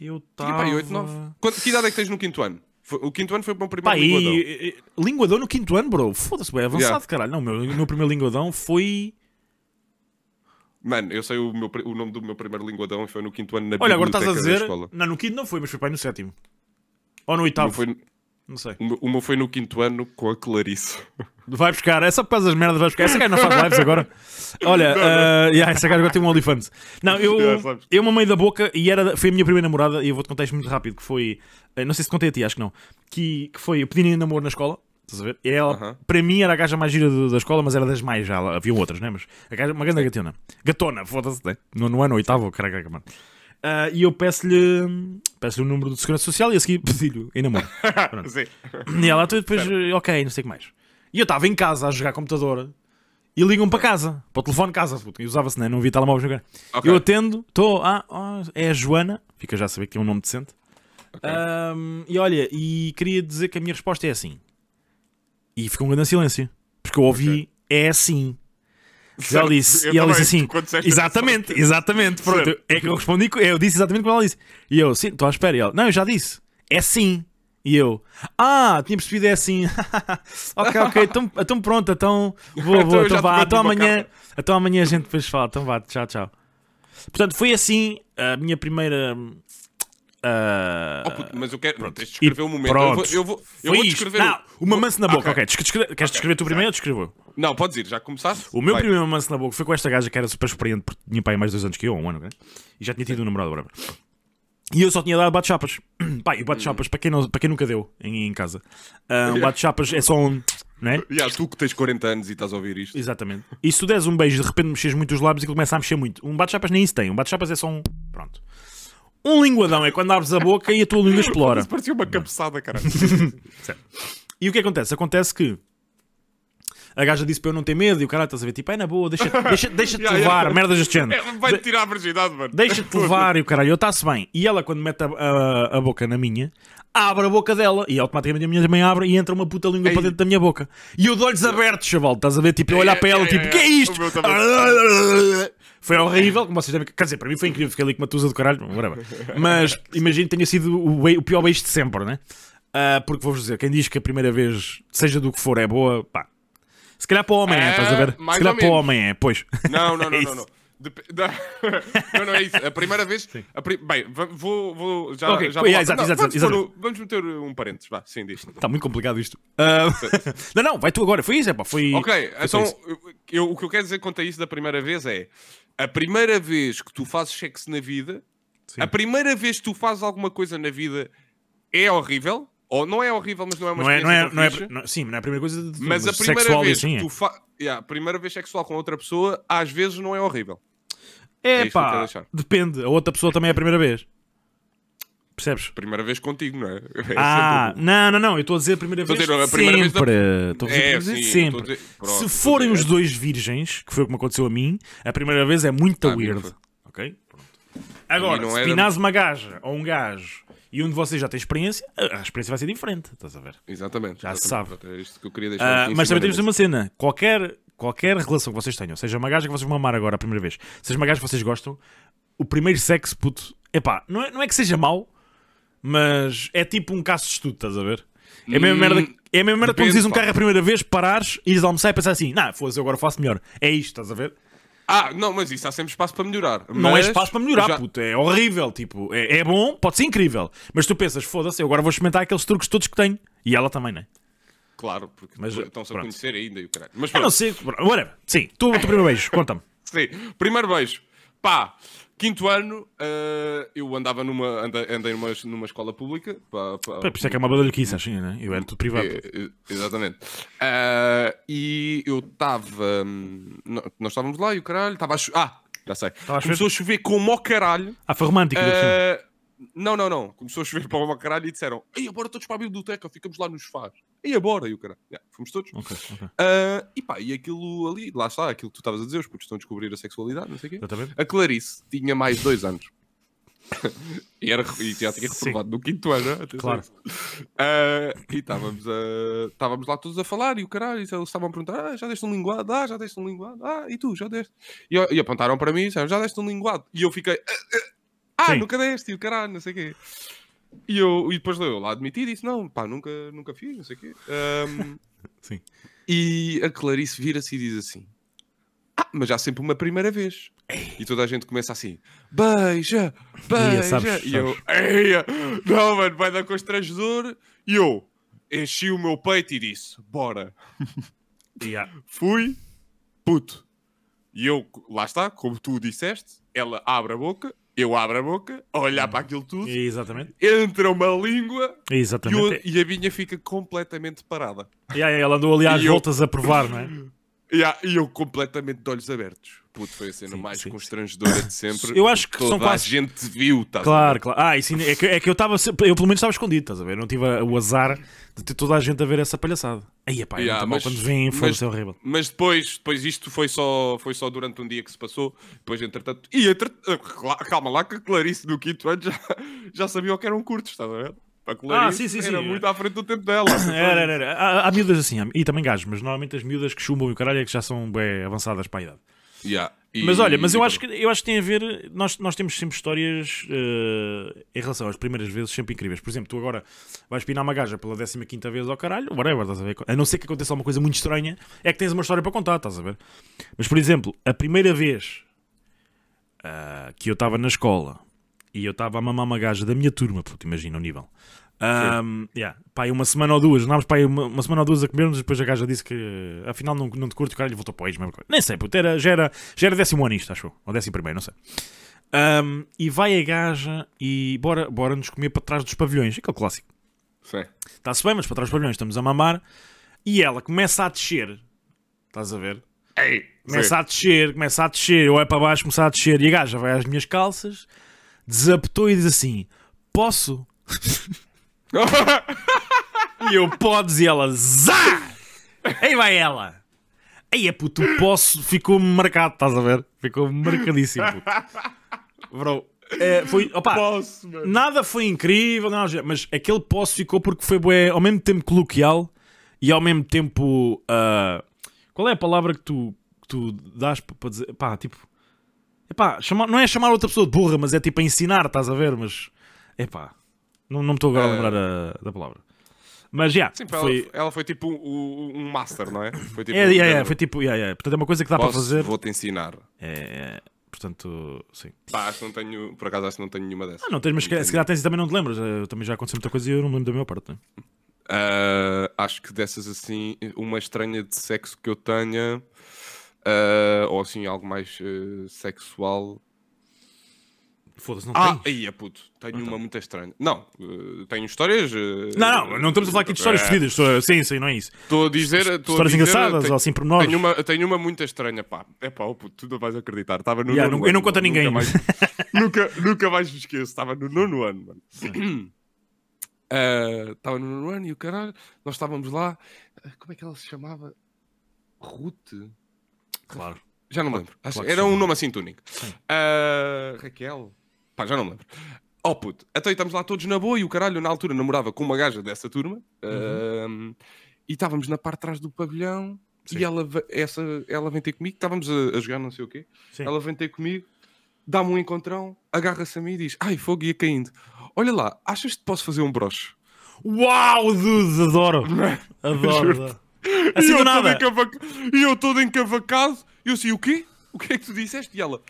Speaker 1: Eu
Speaker 2: Tinha
Speaker 1: estava.
Speaker 2: para aí 8, 9. Quanto, que idade é que tens no quinto ano? Foi- o quinto ano foi o meu primeiro
Speaker 1: Pá, e-
Speaker 2: linguadão.
Speaker 1: e- e- linguadão no quinto ano, bro. Foda-se, bem avançado,
Speaker 2: Yeah.
Speaker 1: caralho. Não, o meu, o meu primeiro linguadão foi.
Speaker 2: Mano, eu sei o, meu pri- o nome do meu primeiro linguadão e foi no quinto ano na
Speaker 1: Olha, agora estás
Speaker 2: biblioteca
Speaker 1: a
Speaker 2: da
Speaker 1: dizer.
Speaker 2: escola.
Speaker 1: Não, no quinto não foi, mas foi pai no sétimo. Ou no
Speaker 2: O meu,
Speaker 1: oitavo.
Speaker 2: foi, no-
Speaker 1: Não sei.
Speaker 2: o meu- o meu foi no quinto ano com a Clarice.
Speaker 1: <laughs> Vai buscar, é só por causa das merdas, vai buscar. Essa gaja não faz lives agora. Olha, eh, yeah, essa gaja agora tem um olifante. Não, eu,
Speaker 2: Yeah, sabes.
Speaker 1: eu mamei da boca e era, foi a minha primeira namorada, e eu vou-te contar isto muito rápido, que foi, eh, não sei se te contei a ti, acho que não, que, que foi, eu pedi em namoro na escola, estás a ver? E ela,
Speaker 2: Aham.
Speaker 1: para mim, era a gaja mais gira do- da escola, mas era das mais, já lá- haviam outras, né? Mas a gaja, uma grande gatona. Gatona, foda-se, né? no, no ano oitavo, caraca, mano. Ah, e eu peço-lhe peço o número do Segurança Social e a seguir <laughs> pedi-lhe em
Speaker 2: <laughs>
Speaker 1: namoro. Pronto.
Speaker 2: Sim.
Speaker 1: E ela tu depois, eh, ok, não sei o que mais. E eu estava em casa a jogar computador e ligam para casa, para o telefone de casa, puto, e usava-se, né? não havia telemóvel jogar.
Speaker 2: Ok.
Speaker 1: Eu atendo, estou, ah, ah, é a Joana, fica já a saber que tem um nome decente.
Speaker 2: Ok.
Speaker 1: Ahm, e olha, e queria dizer que a minha resposta é assim. E ficou um grande silêncio, porque eu ouvi,
Speaker 2: Ok. <laughs>
Speaker 1: é assim. E ela disse,
Speaker 2: Eu
Speaker 1: e ela
Speaker 2: também,
Speaker 1: disse assim,
Speaker 2: quando disseste essa
Speaker 1: exatamente, exatamente, pronto,
Speaker 2: Certo.
Speaker 1: é que eu respondi, co- eu disse exatamente como ela disse. E eu, sim, estou à espera. E ela, não, eu já disse, é sim. E eu, ah, tinha percebido, é assim. <laughs> ok, ok, então, então pronto, então vou,
Speaker 2: Então
Speaker 1: vou,
Speaker 2: eu já
Speaker 1: então
Speaker 2: te
Speaker 1: vá,
Speaker 2: mando
Speaker 1: então
Speaker 2: uma
Speaker 1: amanhã,
Speaker 2: capa.
Speaker 1: então amanhã a gente depois fala, então vá, tchau, tchau. Portanto, foi assim a minha primeira. ah,
Speaker 2: Oh, puto, mas eu quero. Não, tens de
Speaker 1: e
Speaker 2: descrever o momento. Eu vou,
Speaker 1: pronto.
Speaker 2: eu vou, eu
Speaker 1: Foi
Speaker 2: vou
Speaker 1: isto.
Speaker 2: descrever. o-
Speaker 1: Não, uma manso na boca,
Speaker 2: Ok.
Speaker 1: ok. descre- Queres descrever tu primeiro ou descrevo eu?
Speaker 2: Não, podes ir, já começaste?
Speaker 1: O meu
Speaker 2: Vai.
Speaker 1: primeiro romance na boca foi com esta gaja que era super experiente, porque tinha pai mais dois anos que eu, ou um ano, né? e já tinha tido um namorado, whatever. E eu só tinha dado bate-chapas. <clears throat> Pá, e o bate-chapas, para, quem não- para quem nunca deu em, em casa, ah, um bate-chapas é só um. Né?
Speaker 2: Ya, tu que tens 40 anos e estás a ouvir isto.
Speaker 1: Exatamente. E se tu des um beijo, de repente mexes muito os lábios e começa a mexer muito. Um bate-chapas nem isso tem. Um bate-chapas é só um. Pronto. Um linguadão é quando abres a boca e a tua língua explora.
Speaker 2: Isso parecia uma cabeçada, caralho.
Speaker 1: <laughs> E o que acontece? Acontece que a gaja disse para eu não ter medo e o cara estás a ver, tipo, é na boa, deixa-te deixa,
Speaker 2: <laughs>
Speaker 1: deixa
Speaker 2: Yeah,
Speaker 1: levar,
Speaker 2: yeah.
Speaker 1: merdas deste género.
Speaker 2: É, Vai-te tirar a virgindade, mano.
Speaker 1: Deixa-te levar e o caralho, eu está-se bem. E ela, quando mete a, a- a boca na minha, abre a boca dela e automaticamente a minha mãe abre e entra uma puta língua para dentro da minha boca. E eu de olhos abertos, chaval, estás a ver? Tipo, eu olhar para ela,
Speaker 2: é,
Speaker 1: tipo,
Speaker 2: é,
Speaker 1: que é
Speaker 2: é.
Speaker 1: isto?
Speaker 2: O meu
Speaker 1: <laughs> Foi horrível, como vocês devem. Quer dizer, para mim foi incrível, fiquei ali com uma tusa do caralho, whatever. Mas imagino que tenha sido o, bei- o pior beijo de sempre, né? Ah, porque vou-vos dizer, quem diz que a primeira vez, seja do que for, é boa, pá. Se calhar para o homem é,
Speaker 2: É,
Speaker 1: estás a ver? Se
Speaker 2: mais
Speaker 1: calhar
Speaker 2: ou
Speaker 1: para o
Speaker 2: menos.
Speaker 1: homem é, pois.
Speaker 2: Não, não,
Speaker 1: É
Speaker 2: não,
Speaker 1: isso.
Speaker 2: não. Não, Dep- da- <laughs> não, não é isso. A primeira vez. a pri- Bem, va- vou. vou já,
Speaker 1: Ok,
Speaker 2: já
Speaker 1: foi,
Speaker 2: vou lá.
Speaker 1: é, exato,
Speaker 2: Não,
Speaker 1: exato,
Speaker 2: vamos,
Speaker 1: exato.
Speaker 2: pôr o- vamos meter um parênteses, vá, sim, diz.
Speaker 1: Está Tá muito complicado isto. Ah, <laughs> não, não, vai tu agora. Foi isso, é pá. Foi.
Speaker 2: Ok,
Speaker 1: foi só
Speaker 2: então
Speaker 1: isso.
Speaker 2: eu- eu- o que eu quero dizer quanto a isso da primeira vez é a primeira vez que tu fazes sexo na vida, a primeira vez que tu fazes alguma coisa na vida é horrível, ou não é horrível, mas não é uma
Speaker 1: Não é, não é,
Speaker 2: experiência
Speaker 1: não é,
Speaker 2: tão fixe.
Speaker 1: não- sim, não é a primeira coisa de tudo,
Speaker 2: mas a primeira
Speaker 1: sexual e
Speaker 2: vez
Speaker 1: assim.
Speaker 2: que tu fa... Yeah, a primeira vez sexual com outra pessoa, às vezes não é horrível.
Speaker 1: É,
Speaker 2: isto que eu quero
Speaker 1: pá,
Speaker 2: deixar.
Speaker 1: depende. A outra pessoa também é a primeira vez. Percebes?
Speaker 2: Primeira vez contigo, não é? É
Speaker 1: ah,
Speaker 2: sempre-
Speaker 1: não, não, não. Eu estou a dizer a primeira
Speaker 2: Estou a
Speaker 1: vez.
Speaker 2: dizer, a primeira vez da-
Speaker 1: sempre. Estou a dizer,
Speaker 2: É,
Speaker 1: a dizer
Speaker 2: sim,
Speaker 1: sempre.
Speaker 2: estou a dizer- pronto,
Speaker 1: Se
Speaker 2: estou a
Speaker 1: forem
Speaker 2: dizer-
Speaker 1: os dois virgens, que foi como aconteceu a mim, a primeira vez é muito
Speaker 2: Ah,
Speaker 1: weird.
Speaker 2: não foi.
Speaker 1: Ok? Pronto.
Speaker 2: A
Speaker 1: Agora,
Speaker 2: mim não é
Speaker 1: se
Speaker 2: era-
Speaker 1: pinás uma gaja ou um gajo e um de vocês já tem experiência, a a experiência vai ser diferente. Estás a ver?
Speaker 2: Exatamente.
Speaker 1: Já se
Speaker 2: exatamente.
Speaker 1: sabe.
Speaker 2: Pronto, Era isto que eu queria deixar.
Speaker 1: Ah,
Speaker 2: aqui em
Speaker 1: mas
Speaker 2: cima
Speaker 1: também
Speaker 2: da
Speaker 1: temos
Speaker 2: mesa.
Speaker 1: uma cena. Qualquer, qualquer relação que vocês tenham, seja uma gaja que vocês vão amar agora a primeira vez, seja uma gaja que vocês gostam, o primeiro sexo, puto, epá, não é, não é que seja mau, mas é tipo um caso de estudo, estás a ver? É a mesma
Speaker 2: Hum,
Speaker 1: merda, é a mesma merda quando
Speaker 2: depende,
Speaker 1: dizes um
Speaker 2: pá.
Speaker 1: carro a primeira vez, parares, ires almoçar e pensar assim, não, foda-se, eu agora faço melhor. É isto, estás a ver?
Speaker 2: Ah, não, mas isso há sempre espaço para melhorar.
Speaker 1: Não é
Speaker 2: Mas
Speaker 1: espaço para melhorar,
Speaker 2: já-
Speaker 1: puto, é horrível, tipo, é, é bom, pode ser incrível, mas tu pensas, foda-se, eu agora vou experimentar aqueles truques todos que tenho. E ela também, não é?
Speaker 2: Claro, porque
Speaker 1: Mas,
Speaker 2: estão-se a
Speaker 1: pronto.
Speaker 2: conhecer ainda e o caralho. Mas
Speaker 1: A
Speaker 2: pronto,
Speaker 1: não ser, whatever. Sim, tu, o teu primeiro beijo, conta-me.
Speaker 2: sim. Primeiro beijo. Pá, quinto ano, eh, eu andava numa, anda- andei numa, numa escola pública. Pá, pá,
Speaker 1: Pá, Por isso é que é uma badalhoquice, assim, né? Eu era tudo privado.
Speaker 2: Eh, eh, Exatamente. Ah, e eu estava. hum, no- Nós estávamos lá e o caralho estava a chover. Ah, já sei.
Speaker 1: a chover?
Speaker 2: Começou a chover como o caralho.
Speaker 1: Ah, foi romântico. ainda por cima.
Speaker 2: Ah, não, não, não. Começou a chover <laughs> para o caralho e disseram: Ei, agora todos para a biblioteca, ficamos lá nos faz. E agora? E o caralho. Yeah, fomos todos.
Speaker 1: Ok, ok.
Speaker 2: Ah, e pá, e aquilo ali, lá está, aquilo que tu estavas a dizer, os putos estão a descobrir a sexualidade, não sei o quê.
Speaker 1: Exatamente.
Speaker 2: A Clarice tinha mais dois anos. e, era, e já tinha
Speaker 1: Sim.
Speaker 2: reprovado no quinto ano, atenção.
Speaker 1: Claro.
Speaker 2: Ah, e estávamos, a- estávamos lá todos a falar e o caralho, e eles estavam a perguntar: ah, já deste um linguado? Ah, já deste um linguado? Ah, e tu, já deste? E, eu- e apontaram para mim e disseram: já deste um linguado? E eu fiquei: "Ah, ah, ah,
Speaker 1: Sim.
Speaker 2: nunca deste, e o caralho, não sei o quê. E, eu, e depois eu lá admiti e disse: não, pá, nunca, nunca fiz, não sei o quê. Ahm,
Speaker 1: Sim.
Speaker 2: e a Clarice vira-se e diz assim: Ah, mas há sempre uma primeira vez. E toda a gente começa assim: beija, beija.
Speaker 1: É. Ia, sabes,
Speaker 2: e eu, Eia, não, mano, vai dar constrangedor. E eu enchi o meu peito e disse: Bora.
Speaker 1: Yeah.
Speaker 2: Fui, puto. E eu, lá está, como tu disseste, ela abre a boca, eu abro a boca, a
Speaker 1: Hum.
Speaker 2: olhar para aquilo tudo,
Speaker 1: Exatamente.
Speaker 2: entra uma língua e, o-
Speaker 1: Exatamente.
Speaker 2: e a minha fica completamente parada.
Speaker 1: Yeah, yeah, ela andou ali às
Speaker 2: E eu-
Speaker 1: voltas a provar, não é?
Speaker 2: E há- e eu completamente de olhos abertos. Puto, foi a cena
Speaker 1: Sim,
Speaker 2: mais
Speaker 1: sim,
Speaker 2: constrangedora de sempre.
Speaker 1: Eu acho que
Speaker 2: Toda
Speaker 1: são
Speaker 2: a
Speaker 1: quase-
Speaker 2: gente viu, tá
Speaker 1: Claro, claro. Ah, isso ainda- é que, é que eu estava. Eu pelo menos estava escondido, estás a ver? Eu Não tive a- o azar de ter toda a gente a ver essa palhaçada. Aí, pá,
Speaker 2: Yeah,
Speaker 1: yeah, mal
Speaker 2: mas-
Speaker 1: quando vêm,
Speaker 2: mas-
Speaker 1: foda-se, é horrível.
Speaker 2: Mas depois, depois isto foi só, foi só durante um dia que se passou. Depois, entretanto. E entretanto, calma lá, que a Clarice do quinto ano já, já sabia o que eram curtos, estás a ver? A Clarice
Speaker 1: Ah, sim, sim, sim.
Speaker 2: era muito à frente do tempo dela.
Speaker 1: <coughs> Era, era, era. Há, há miúdas assim, há- e também gajos, mas normalmente as miúdas que chumbam e o caralho é que já são bem avançadas para a idade.
Speaker 2: Yeah, e- então,
Speaker 1: Mas olha, mas eu
Speaker 2: e-
Speaker 1: acho que, eu acho que tem a ver. Nós, nós temos sempre histórias eh, em relação às primeiras vezes sempre incríveis. Por exemplo, tu agora vais pinar uma gaja pela 15 vez ao caralho, whatever, estás a ver? A não ser que aconteça alguma coisa muito estranha, é que tens uma história para contar, estás a ver? Mas por exemplo, a primeira vez ah, que eu estava na escola e eu estava a mamar uma gaja da minha turma, puto, imagina o nível. Um, yeah, pá, aí uma semana ou duas, andámos pá, aí uma, uma semana ou duas a comermos. Depois a gaja disse que eh, afinal não, não te curto. O caralho voltou para o ex, mesma coisa. Nem sei, puto, era, já, era, já era décimo ano isto, acho eu, ou décimo primeiro, não sei. Um, e vai a gaja e bora, bora nos comer para trás dos pavilhões, aquele clássico.
Speaker 2: Sim.
Speaker 1: Está-se bem, mas para trás dos pavilhões estamos a mamar. E ela começa a descer, estás a ver?
Speaker 2: Ei,
Speaker 1: Começa a descer, começa a descer, ou é para baixo, começa a descer. E a gaja vai às minhas calças, desapetou e diz assim: Posso?
Speaker 2: sim.
Speaker 1: E eu podes e ela zá! Aí vai ela! Aí é puto, o posso ficou-me marcado, estás a ver? Ficou-me marcadíssimo. Puto. Bro, é, foi, opa,
Speaker 2: Posso, mano.
Speaker 1: nada foi incrível, não, mas aquele posso ficou porque foi bué, ao mesmo tempo coloquial e ao mesmo tempo. ah, qual é a palavra que tu, que tu dás para para dizer? Pá, tipo. Epá, chamar, não é chamar outra pessoa de burra, mas é tipo a ensinar, estás a ver? Mas. Epá, não, não me estou agora a
Speaker 2: Ah.
Speaker 1: lembrar a- da palavra. Mas já,
Speaker 2: Sim, pá, ela
Speaker 1: foi.
Speaker 2: ela foi... tipo um, um- um master, não é? Foi tipo. um
Speaker 1: É, é, é,
Speaker 2: género,
Speaker 1: foi tipo. yeah, yeah. Portanto, é uma coisa que dá para
Speaker 2: "Posso,
Speaker 1: fazer.
Speaker 2: Vou-te ensinar.
Speaker 1: É, é, portanto, sim.
Speaker 2: Pá, acho que não tenho. Por acaso, acho que não tenho nenhuma dessas.
Speaker 1: Ah, não tens, mas se calhar-
Speaker 2: tenho.
Speaker 1: se calhar tens e também não te lembras. Eu também já aconteceu muita coisa e eu não me lembro da minha parte. né?
Speaker 2: Ah, acho que dessas assim, uma estranha de sexo que eu tenha, ah, ou assim, algo mais eh, sexual.
Speaker 1: Foda-se, não
Speaker 2: Ah,
Speaker 1: tem.
Speaker 2: aí é puto, tenho
Speaker 1: Então.
Speaker 2: uma muito estranha. Não, eh, tenho histórias. eh,
Speaker 1: Não, não, não estamos a falar aqui de histórias
Speaker 2: eh,
Speaker 1: fodidas. só- Sim, sim, não é isso.
Speaker 2: Estou a dizer. estou a
Speaker 1: Histórias
Speaker 2: dizer,
Speaker 1: engraçadas
Speaker 2: tenho-
Speaker 1: ou assim pormenores.
Speaker 2: Tenho uma, tenho uma muito estranha, pá. É pá, oh, puto, tu não vais acreditar. Estava no
Speaker 1: Yeah,
Speaker 2: nono
Speaker 1: não- eu não
Speaker 2: ano,
Speaker 1: conto a
Speaker 2: mano.
Speaker 1: ninguém.
Speaker 2: Nunca mais, nunca, nunca mais me esqueço. Estava no nono ano, mano. Ah, Estava no nono ano e o caralho. Nós estávamos lá. ah, Como é que ela se chamava? Ruth?
Speaker 1: Claro.
Speaker 2: Já não me lembro. Acho-
Speaker 1: claro que
Speaker 2: Era
Speaker 1: sim.
Speaker 2: um nome assim túnico. Ah, Raquel? Pá, já não me lembro. Oh puto, então estamos lá todos na boa e o caralho, eu, na altura namorava com uma gaja dessa turma ah, e estávamos na parte de trás do pavilhão
Speaker 1: Uhum. Sim.
Speaker 2: e ela, ve- essa, ela vem ter comigo, estávamos a, a jogar não sei o quê,
Speaker 1: Sim.
Speaker 2: ela vem ter comigo, dá-me um encontrão, agarra-se a mim e diz, ai fogo, ia caindo. Olha lá, achas que te posso fazer um broche?
Speaker 1: <laughs> Uau, dude, adoro. Adoro.
Speaker 2: e,
Speaker 1: Assim do
Speaker 2: eu todo
Speaker 1: nada.
Speaker 2: encavac- e eu todo encavacado, e eu assim, o quê? O que é que tu disseste? E ela,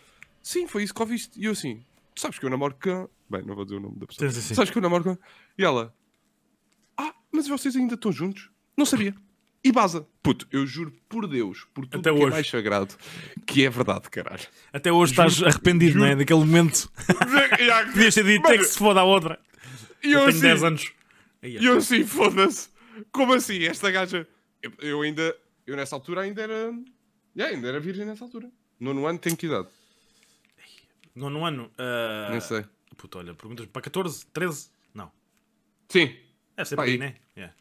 Speaker 2: sim, foi isso que ouviste. E eu assim, tu sabes que eu namoro com... Bem, não vou dizer o nome da pessoa.
Speaker 1: Sim, sim, sim.
Speaker 2: Sabes que eu namoro com... E ela, ah, mas vocês ainda estão juntos? Não sabia. E baza. Puto, eu juro por Deus, por tudo
Speaker 1: Até
Speaker 2: que
Speaker 1: hoje.
Speaker 2: é mais sagrado, que é verdade, caralho.
Speaker 1: Até hoje estás arrependido, não é? Daquele momento. <laughs> Podias ter dito, é que se foda a outra.
Speaker 2: E
Speaker 1: Eu
Speaker 2: eu
Speaker 1: tenho 10
Speaker 2: assim,
Speaker 1: anos.
Speaker 2: E eu assim, foda-se. Como assim? Esta gaja. Eu, eu ainda. Eu nessa altura ainda era. Yeah, ainda era virgem nessa altura. Nono ano tem que idade?
Speaker 1: Nono ano. ah,
Speaker 2: Não sei.
Speaker 1: Puta, olha, perguntas para 14, 13? Não.
Speaker 2: Sim.
Speaker 1: Deve ser
Speaker 2: Pá,
Speaker 1: para aí,
Speaker 2: e-
Speaker 1: né? Yeah.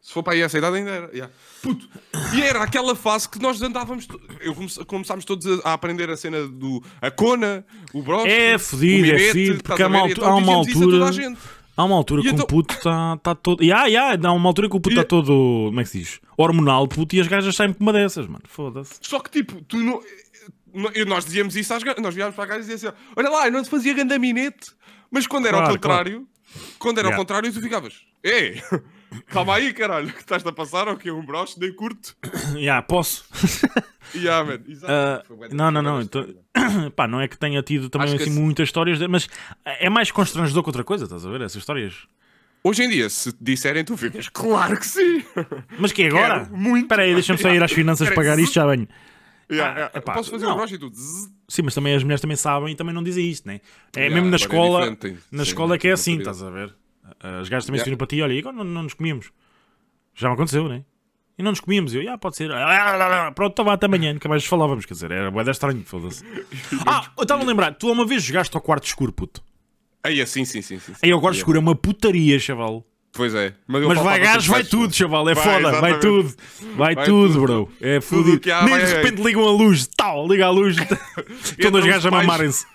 Speaker 2: Se for para aí essa idade ainda era. yeah. Puto. E era aquela fase que nós andávamos. to- Eu come- começámos todos a, a aprender a cena do. A cona, o broche.
Speaker 1: É fodido, é fodido, porque há uma
Speaker 2: Então
Speaker 1: altu- há uma altura- Há uma altura
Speaker 2: E
Speaker 1: que
Speaker 2: então-
Speaker 1: um puto está tá todo. Ya, ya, há uma altura que o puto
Speaker 2: E-
Speaker 1: está todo. Como é que se diz? Hormonal, puto, e as gajas saem com uma dessas, mano.
Speaker 2: <coughs>
Speaker 1: Foda-se.
Speaker 2: Só que tipo, tu não. eu- Nós dizíamos isso às gajas, nós viámos para cá e dizíamos assim: olha lá, eu não te fazia gandaminete. Mas quando era
Speaker 1: Claro,
Speaker 2: ao contrário, quando era
Speaker 1: Yeah.
Speaker 2: ao contrário, tu ficavas: ei, <laughs> calma aí, caralho, que estás a passar, ou que é um broche, nem curto.
Speaker 1: Ya, posso?
Speaker 2: E ah, man, exato.
Speaker 1: Ah,
Speaker 2: Foi bué da- foi bué
Speaker 1: não, não, não.
Speaker 2: da
Speaker 1: então-
Speaker 2: estranho.
Speaker 1: <coughs> pá, não é que tenha tido também
Speaker 2: Acho que
Speaker 1: assim,
Speaker 2: esse-
Speaker 1: muitas histórias, de- mas é mais constrangedor que outra coisa, estás a ver? Essas histórias.
Speaker 2: Hoje em dia, se te disserem, tu ficas: claro que sim.
Speaker 1: Mas que é agora?
Speaker 2: Quero muito.
Speaker 1: Espera aí, deixa-me sair às finanças
Speaker 2: Quero-
Speaker 1: pagar isto, já venho. Ah,
Speaker 2: Yeah, yeah.
Speaker 1: epá,
Speaker 2: Posso fazer
Speaker 1: não.
Speaker 2: um broche e tu. zzz.
Speaker 1: Sim, mas também as mulheres também sabem e também não dizem isto, né? É
Speaker 2: Yeah,
Speaker 1: mesmo na
Speaker 2: agora é
Speaker 1: escola.
Speaker 2: diferente, tem-
Speaker 1: na
Speaker 2: sim,
Speaker 1: escola é que é
Speaker 2: tem
Speaker 1: assim,
Speaker 2: autoridade.
Speaker 1: estás a ver? As gajas também se
Speaker 2: Yeah.
Speaker 1: viram para ti, olha, e agora não, não nos comíamos. Já me aconteceu, né? E não nos comíamos, eu, ah, pode ser. Ah, lá, lá, lá. Pronto, estava até amanhã, nunca mais falávamos, quer dizer, era bué de
Speaker 2: <laughs>
Speaker 1: estranho, foda-se. Ah, eu estava a lembrar, tu uma vez jogaste ao quarto escuro, puto.
Speaker 2: Aí assim, sim, sim, sim. sim.
Speaker 1: Aí ao quarto
Speaker 2: Yeah.
Speaker 1: escuro é uma putaria, chaval.
Speaker 2: Pois é. eu
Speaker 1: Mas
Speaker 2: faltava
Speaker 1: vai gajos,
Speaker 2: sempre
Speaker 1: vai
Speaker 2: mais.
Speaker 1: tudo, chaval, é
Speaker 2: Vai,
Speaker 1: foda, vai
Speaker 2: exatamente.
Speaker 1: tudo. Vai
Speaker 2: Vai
Speaker 1: tudo,
Speaker 2: tudo.
Speaker 1: bro. É
Speaker 2: Tudo
Speaker 1: fudido.
Speaker 2: que há,
Speaker 1: Nem
Speaker 2: vai, um
Speaker 1: de
Speaker 2: vai.
Speaker 1: repente ligam a luz, tal, liga
Speaker 2: <laughs>
Speaker 1: a luz. Estão dois
Speaker 2: os
Speaker 1: gajos a
Speaker 2: pais.
Speaker 1: mamarem-se.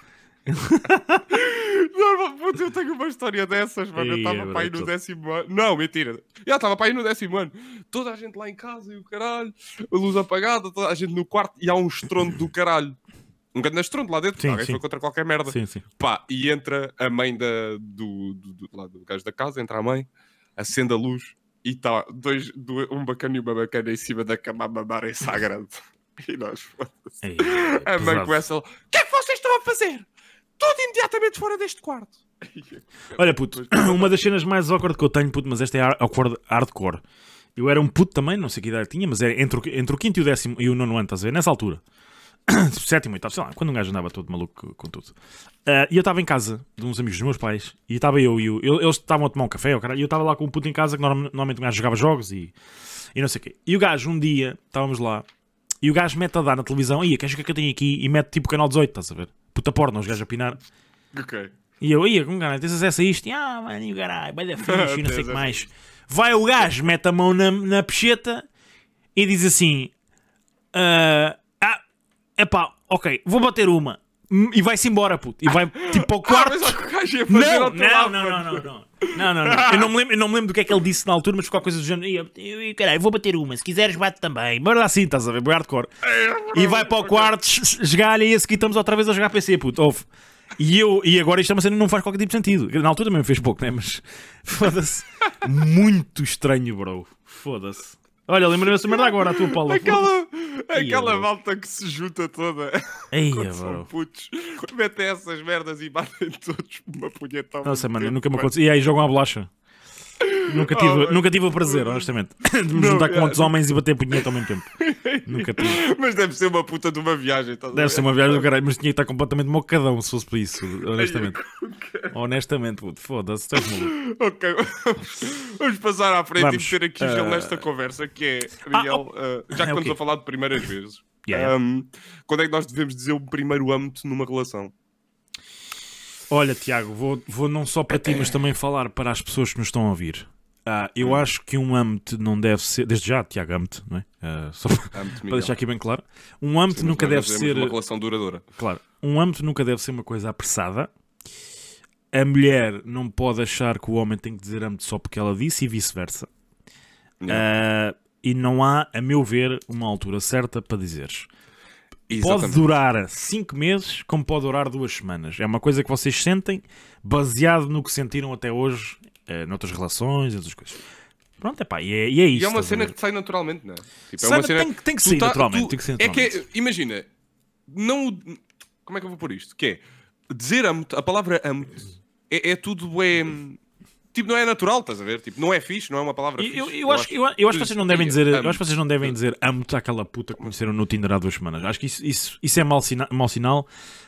Speaker 2: Normal, putz, eu tenho uma história dessas, mano. Eu
Speaker 1: Ih,
Speaker 2: estava para aí no
Speaker 1: bruto.
Speaker 2: décimo ano. Não, mentira. Já estava para aí no décimo ano. Toda a gente lá em casa e o caralho. A luz apagada, toda a gente no quarto e há um estrondo do caralho. Um grande estrondo lá dentro.
Speaker 1: Sim,
Speaker 2: Alguém
Speaker 1: sim.
Speaker 2: foi contra qualquer merda.
Speaker 1: Sim, sim.
Speaker 2: Pá, e entra a mãe da, do, do, do- lá do gajo da casa, entra a mãe, acende a luz e está dois, dois- um bacana e uma bacana em cima da cama a mamar em sagrado. <laughs> E nós, foda-se.
Speaker 1: Ei,
Speaker 2: A mãe
Speaker 1: É, pesado.
Speaker 2: começa a... O que é que vocês estão a fazer? Tudo imediatamente fora deste quarto.
Speaker 1: Olha, puto, uma das cenas mais awkward que eu tenho, puto, mas esta é ar- awkward, hardcore. Eu era um puto também, não sei que idade tinha, mas era entre, o- entre o quinto e o décimo e o nono ano, estás a ver? Nessa altura. <coughs> Sétimo, oitavo, sei lá, quando um gajo andava todo maluco com tudo. Ah, e eu estava em casa de uns amigos dos meus pais, e estava eu e o. eu- Eles estavam a tomar um café, ou caralho, e eu estava lá com um puto em casa que norma- normalmente um gajo jogava jogos e, e não sei o quê. E o gajo, um dia, estávamos lá, e o gajo mete a dar na televisão, ia, queres ver o que é que eu tenho aqui? E mete tipo canal 18, estás a ver? Puta porno, os gajos a pinar.
Speaker 2: Ok.
Speaker 1: E eu, ia com caralho, tens acesso a isto? E, ah, mano, e o caralho,
Speaker 2: <laughs>
Speaker 1: vai da fixe e não sei o que mais. Vai o gajo, mete a mão na, na pecheta e diz assim: ah, ah, epá, ok, vou bater uma. Hum, E vai-se embora, puto. E vai tipo ao
Speaker 2: <laughs> Ah,
Speaker 1: quarto.
Speaker 2: mas olha o que o gajo ia fazer
Speaker 1: Não,
Speaker 2: ao teu lado,
Speaker 1: não,
Speaker 2: <laughs>
Speaker 1: não, não,
Speaker 2: mano.
Speaker 1: não, não. Não, não, não. Eu não, me lembro, eu não me lembro do que é que ele disse na altura, mas ficou a coisa do género. "Ia, Eu, eu, caralho, vou bater uma. Se quiseres, bate também. Bora assim, estás a ver? Hardcore.
Speaker 2: É,
Speaker 1: E vai para o quarto, esgalha e a seguir estamos outra vez a jogar PC, puto. Ouve. E, eu, e agora isto é uma cena que não faz qualquer tipo de sentido. Na altura também me fez pouco, né? Mas <laughs> foda-se. Muito estranho, bro. Foda-se. Olha, lembrei-me dessa merda agora, a tua Paula.
Speaker 2: Aquela, É aquela
Speaker 1: mano.
Speaker 2: malta que se junta toda. <laughs>
Speaker 1: Ei,
Speaker 2: Quando são
Speaker 1: bro.
Speaker 2: putos. Metem essas merdas e batem todos por uma punheta. ao
Speaker 1: Nossa,
Speaker 2: mesmo
Speaker 1: mano,
Speaker 2: tempo,
Speaker 1: nunca me
Speaker 2: mano.
Speaker 1: aconteceu. E aí, jogam a bolacha.
Speaker 2: <laughs> Ah,
Speaker 1: Nunca tive, nunca tive o prazer, honestamente, <laughs> de me juntar com outros homens e bater punheta ao mesmo
Speaker 2: <laughs>
Speaker 1: tempo. Nunca tive.
Speaker 2: Mas deve ser uma puta de uma viagem. estás a
Speaker 1: Deve
Speaker 2: ver?
Speaker 1: ser uma viagem do caralho, mas tinha que estar completamente mocadão se fosse por isso, honestamente.
Speaker 2: <laughs> Ok.
Speaker 1: Honestamente, puto, foda-se, tu és maluco.
Speaker 2: Ok, vamos passar à frente
Speaker 1: Vamos,
Speaker 2: e meter aqui o gelo
Speaker 1: eh,
Speaker 2: nesta conversa que é, Miguel, eh, já que
Speaker 1: É o
Speaker 2: estamos
Speaker 1: quê?
Speaker 2: a falar de primeiras vezes,
Speaker 1: Yeah, yeah.
Speaker 2: ehm, quando é que nós devemos dizer o primeiro amo-te numa relação?
Speaker 1: Olha, Tiago, vou, vou não só para ti, mas também falar para as pessoas que nos estão a ouvir. Ah, eu
Speaker 2: Hum.
Speaker 1: acho que um âmbito não deve ser. Desde já, Tiago, âmbito, não é? Ah, só <laughs> para
Speaker 2: Amo-te,
Speaker 1: para
Speaker 2: Miguel.
Speaker 1: deixar aqui bem claro. Um âmbito
Speaker 2: Sim, mas
Speaker 1: nunca
Speaker 2: nós não
Speaker 1: deve
Speaker 2: queremos
Speaker 1: ser.
Speaker 2: Uma relação duradoura.
Speaker 1: Claro, um âmbito nunca deve ser uma coisa apressada. A mulher não pode achar que o homem tem que dizer âmbito só porque ela disse e vice-versa. Ah, e não há, a meu ver, uma altura certa para dizeres. Pode
Speaker 2: Exatamente.
Speaker 1: durar 5 meses, como pode durar duas semanas. É uma coisa que vocês sentem baseado no que sentiram até hoje, eh, noutras relações, outras coisas. Pronto, epá, e é, e é
Speaker 2: E
Speaker 1: isso.
Speaker 2: é uma cena que sai naturalmente, não é? Tipo, é
Speaker 1: Sai-
Speaker 2: uma cena...
Speaker 1: tem que- tem que
Speaker 2: tu
Speaker 1: sair
Speaker 2: tá-
Speaker 1: naturalmente,
Speaker 2: tu-
Speaker 1: tem que sair
Speaker 2: é que, é- imagina, não... o- Como é que eu vou pôr isto? Que é, dizer amo-te, a palavra amo-te é, é tudo, é... Tipo, não é natural, estás a ver? Tipo, não é fixe, não é uma palavra
Speaker 1: Eu,
Speaker 2: fixe.
Speaker 1: eu- eu acho, eu, eu acho que vocês não devem dizer, eu
Speaker 2: Amo-te.
Speaker 1: acho que vocês não devem dizer amo-te àquela puta que conheceram no Tinder há duas semanas. Acho que isso, isso, isso é mau, sina- mau sinal.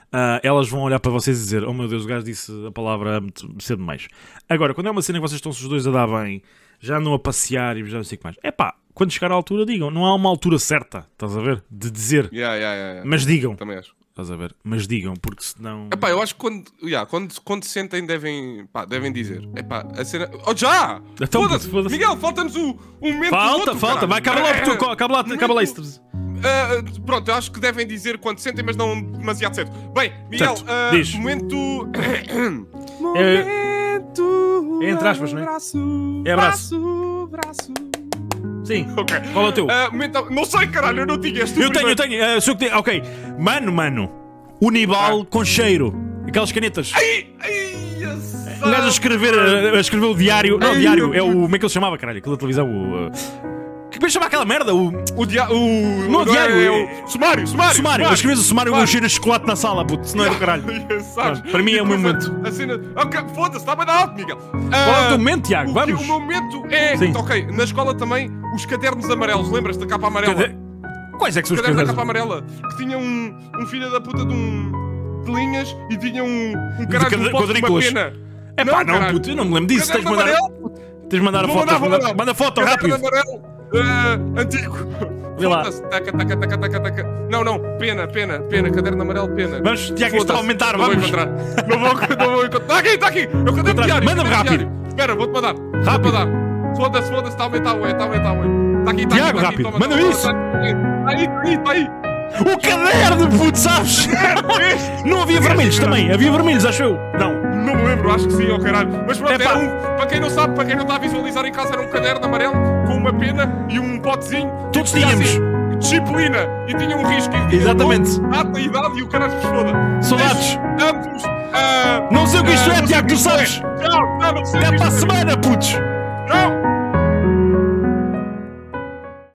Speaker 1: Ah, elas vão olhar para vocês e dizer: Oh meu Deus, o gajo disse a palavra amo-te cedo demais. Agora, quando é uma cena que vocês estão os dois a dar bem, já andam a passear e já não sei o que mais, é pá, quando chegar à altura, digam. Não há uma altura certa, estás a ver? De dizer,
Speaker 2: Yeah, yeah, yeah, yeah.
Speaker 1: mas digam,
Speaker 2: Também acho.
Speaker 1: estás a ver? Mas digam, porque senão.
Speaker 2: Epá, eu acho que quando, yeah, quando, quando se sentem devem, pá, devem dizer. Epá, a cena... Oh, já!
Speaker 1: Então,
Speaker 2: Foda-se!
Speaker 1: foda-se.
Speaker 2: Miguel, falta-nos o, o momento do
Speaker 1: Falta,
Speaker 2: outro,
Speaker 1: falta,
Speaker 2: caralho. É.
Speaker 1: vai, acaba lá, tu- acaba lá, acaba lá isso.
Speaker 2: Ah, ah, pronto, eu acho que devem dizer quando sentem, mas não demasiado cedo. Bem, Miguel,
Speaker 1: Certo,
Speaker 2: ah,
Speaker 1: diz.
Speaker 2: momento.
Speaker 1: É-
Speaker 2: momento.
Speaker 1: é entre aspas, não é?
Speaker 2: Braço.
Speaker 1: É abraço.
Speaker 2: Braço, braço.
Speaker 1: Sim,
Speaker 2: Ok.
Speaker 1: qual é o teu?
Speaker 2: Ah, momento- não sei, caralho, eu não tinha este.
Speaker 1: Eu tenho,
Speaker 2: primeiro.
Speaker 1: eu tenho. eh, sou eu que tenho. Ok. Mano, mano. Unibal com cheiro. Aquelas canetas.
Speaker 2: Ah. Ai, ai, eu sei.
Speaker 1: Um gajo a escrever, a- a escrever o diário. Não,
Speaker 2: Ai,
Speaker 1: o diário.
Speaker 2: meu
Speaker 1: É o. Como é que ele se chamava, caralho? Aquela televisão. O. eh, que bem chamava aquela merda? O.
Speaker 2: O dia- o-
Speaker 1: Não,
Speaker 2: é-
Speaker 1: diário,
Speaker 2: é
Speaker 1: é-
Speaker 2: o- Sumário, sumário.
Speaker 1: Sumário. Eu escrevi o sumário com
Speaker 2: Sumário.
Speaker 1: cheiro de chocolate na sala, puto. Se não era do caralho.
Speaker 2: Ai, <laughs> sabes?
Speaker 1: Para mim é o meu momento.
Speaker 2: A cena. Ok, foda-se, está bem na alto, Miguel.
Speaker 1: Qual é o
Speaker 2: Ah,
Speaker 1: teu momento, Tiago?
Speaker 2: O, que-
Speaker 1: Vamos.
Speaker 2: o meu momento é.
Speaker 1: Sim.
Speaker 2: Ok, na escola também, os cadernos amarelos. Lembras-te da capa amarela?
Speaker 1: Cadê- Quais é que
Speaker 2: O
Speaker 1: são os
Speaker 2: caderno da
Speaker 1: cadernos?
Speaker 2: capa amarela. Que tinha um, um filho da puta de um. de linhas e tinha um. um caralho de um
Speaker 1: cadê-
Speaker 2: pote de uma
Speaker 1: quadrículas.
Speaker 2: pena.
Speaker 1: É pá,
Speaker 2: Não,
Speaker 1: não,
Speaker 2: caralho. é
Speaker 1: puto. Eu não me lembro disso. Tens de
Speaker 2: Caderno
Speaker 1: mandar.
Speaker 2: amarelo.
Speaker 1: Tens de mandar a
Speaker 2: Vou
Speaker 1: foto.
Speaker 2: mandar, vou
Speaker 1: Manda
Speaker 2: mandar.
Speaker 1: manda foto,
Speaker 2: Caderno
Speaker 1: rápido.
Speaker 2: amarelo. ah, antigo.
Speaker 1: Vê lá.
Speaker 2: Foda-se, Taca, taca, taca, taca, taca. Não, não. Pena, pena, pena. Caderno amarelo, pena.
Speaker 1: Vamos, Tiago, é isto está a
Speaker 2: Foda-se,
Speaker 1: aumentar.
Speaker 2: não vou
Speaker 1: Vamos.
Speaker 2: encontrar. Não vou, não vou encontrar. Está aqui, está aqui. Eu cadê o
Speaker 1: Encontraste.
Speaker 2: diário?
Speaker 1: Manda-me
Speaker 2: Cadê o
Speaker 1: rápido.
Speaker 2: diário? Espera, vou-te mandar.
Speaker 1: Rápido.
Speaker 2: Vou-te mandar. Foda-se, foda-se. Está a aumentar, ué. Está a aumentar, ué. Está aqui, está aqui.
Speaker 1: Tiago,
Speaker 2: tá aqui,
Speaker 1: rápido,
Speaker 2: toma,
Speaker 1: manda
Speaker 2: toma,
Speaker 1: isso.
Speaker 2: tá aqui. Está aí, está aí, está
Speaker 1: O caderno,
Speaker 2: <laughs>
Speaker 1: puto, sabes?
Speaker 2: aí.
Speaker 1: <laughs>
Speaker 2: Este.
Speaker 1: Não havia vermelhos também, havia vermelhos, acho eu. Não.
Speaker 2: Não me lembro, acho que sim, ao caralho. Mas pronto,
Speaker 1: Epá.
Speaker 2: era um. Para quem não sabe, para quem não está a visualizar em casa, era um caderno amarelo com uma pena e um potezinho.
Speaker 1: Todos
Speaker 2: E tinha
Speaker 1: tínhamos.
Speaker 2: assim, Disciplina. E tinha um risco. E tinha
Speaker 1: Exatamente.
Speaker 2: um nome, Data, idade e o caralho que se foda.
Speaker 1: Saudades.
Speaker 2: Ambos. ah,
Speaker 1: Não sei o que isto
Speaker 2: ah,
Speaker 1: é,
Speaker 2: não sei
Speaker 1: Tiago,
Speaker 2: o que
Speaker 1: tu
Speaker 2: isto
Speaker 1: sabes.
Speaker 2: é. Não, não, não sei o que
Speaker 1: Até para a
Speaker 2: isto é.
Speaker 1: semana, putos.
Speaker 2: Não!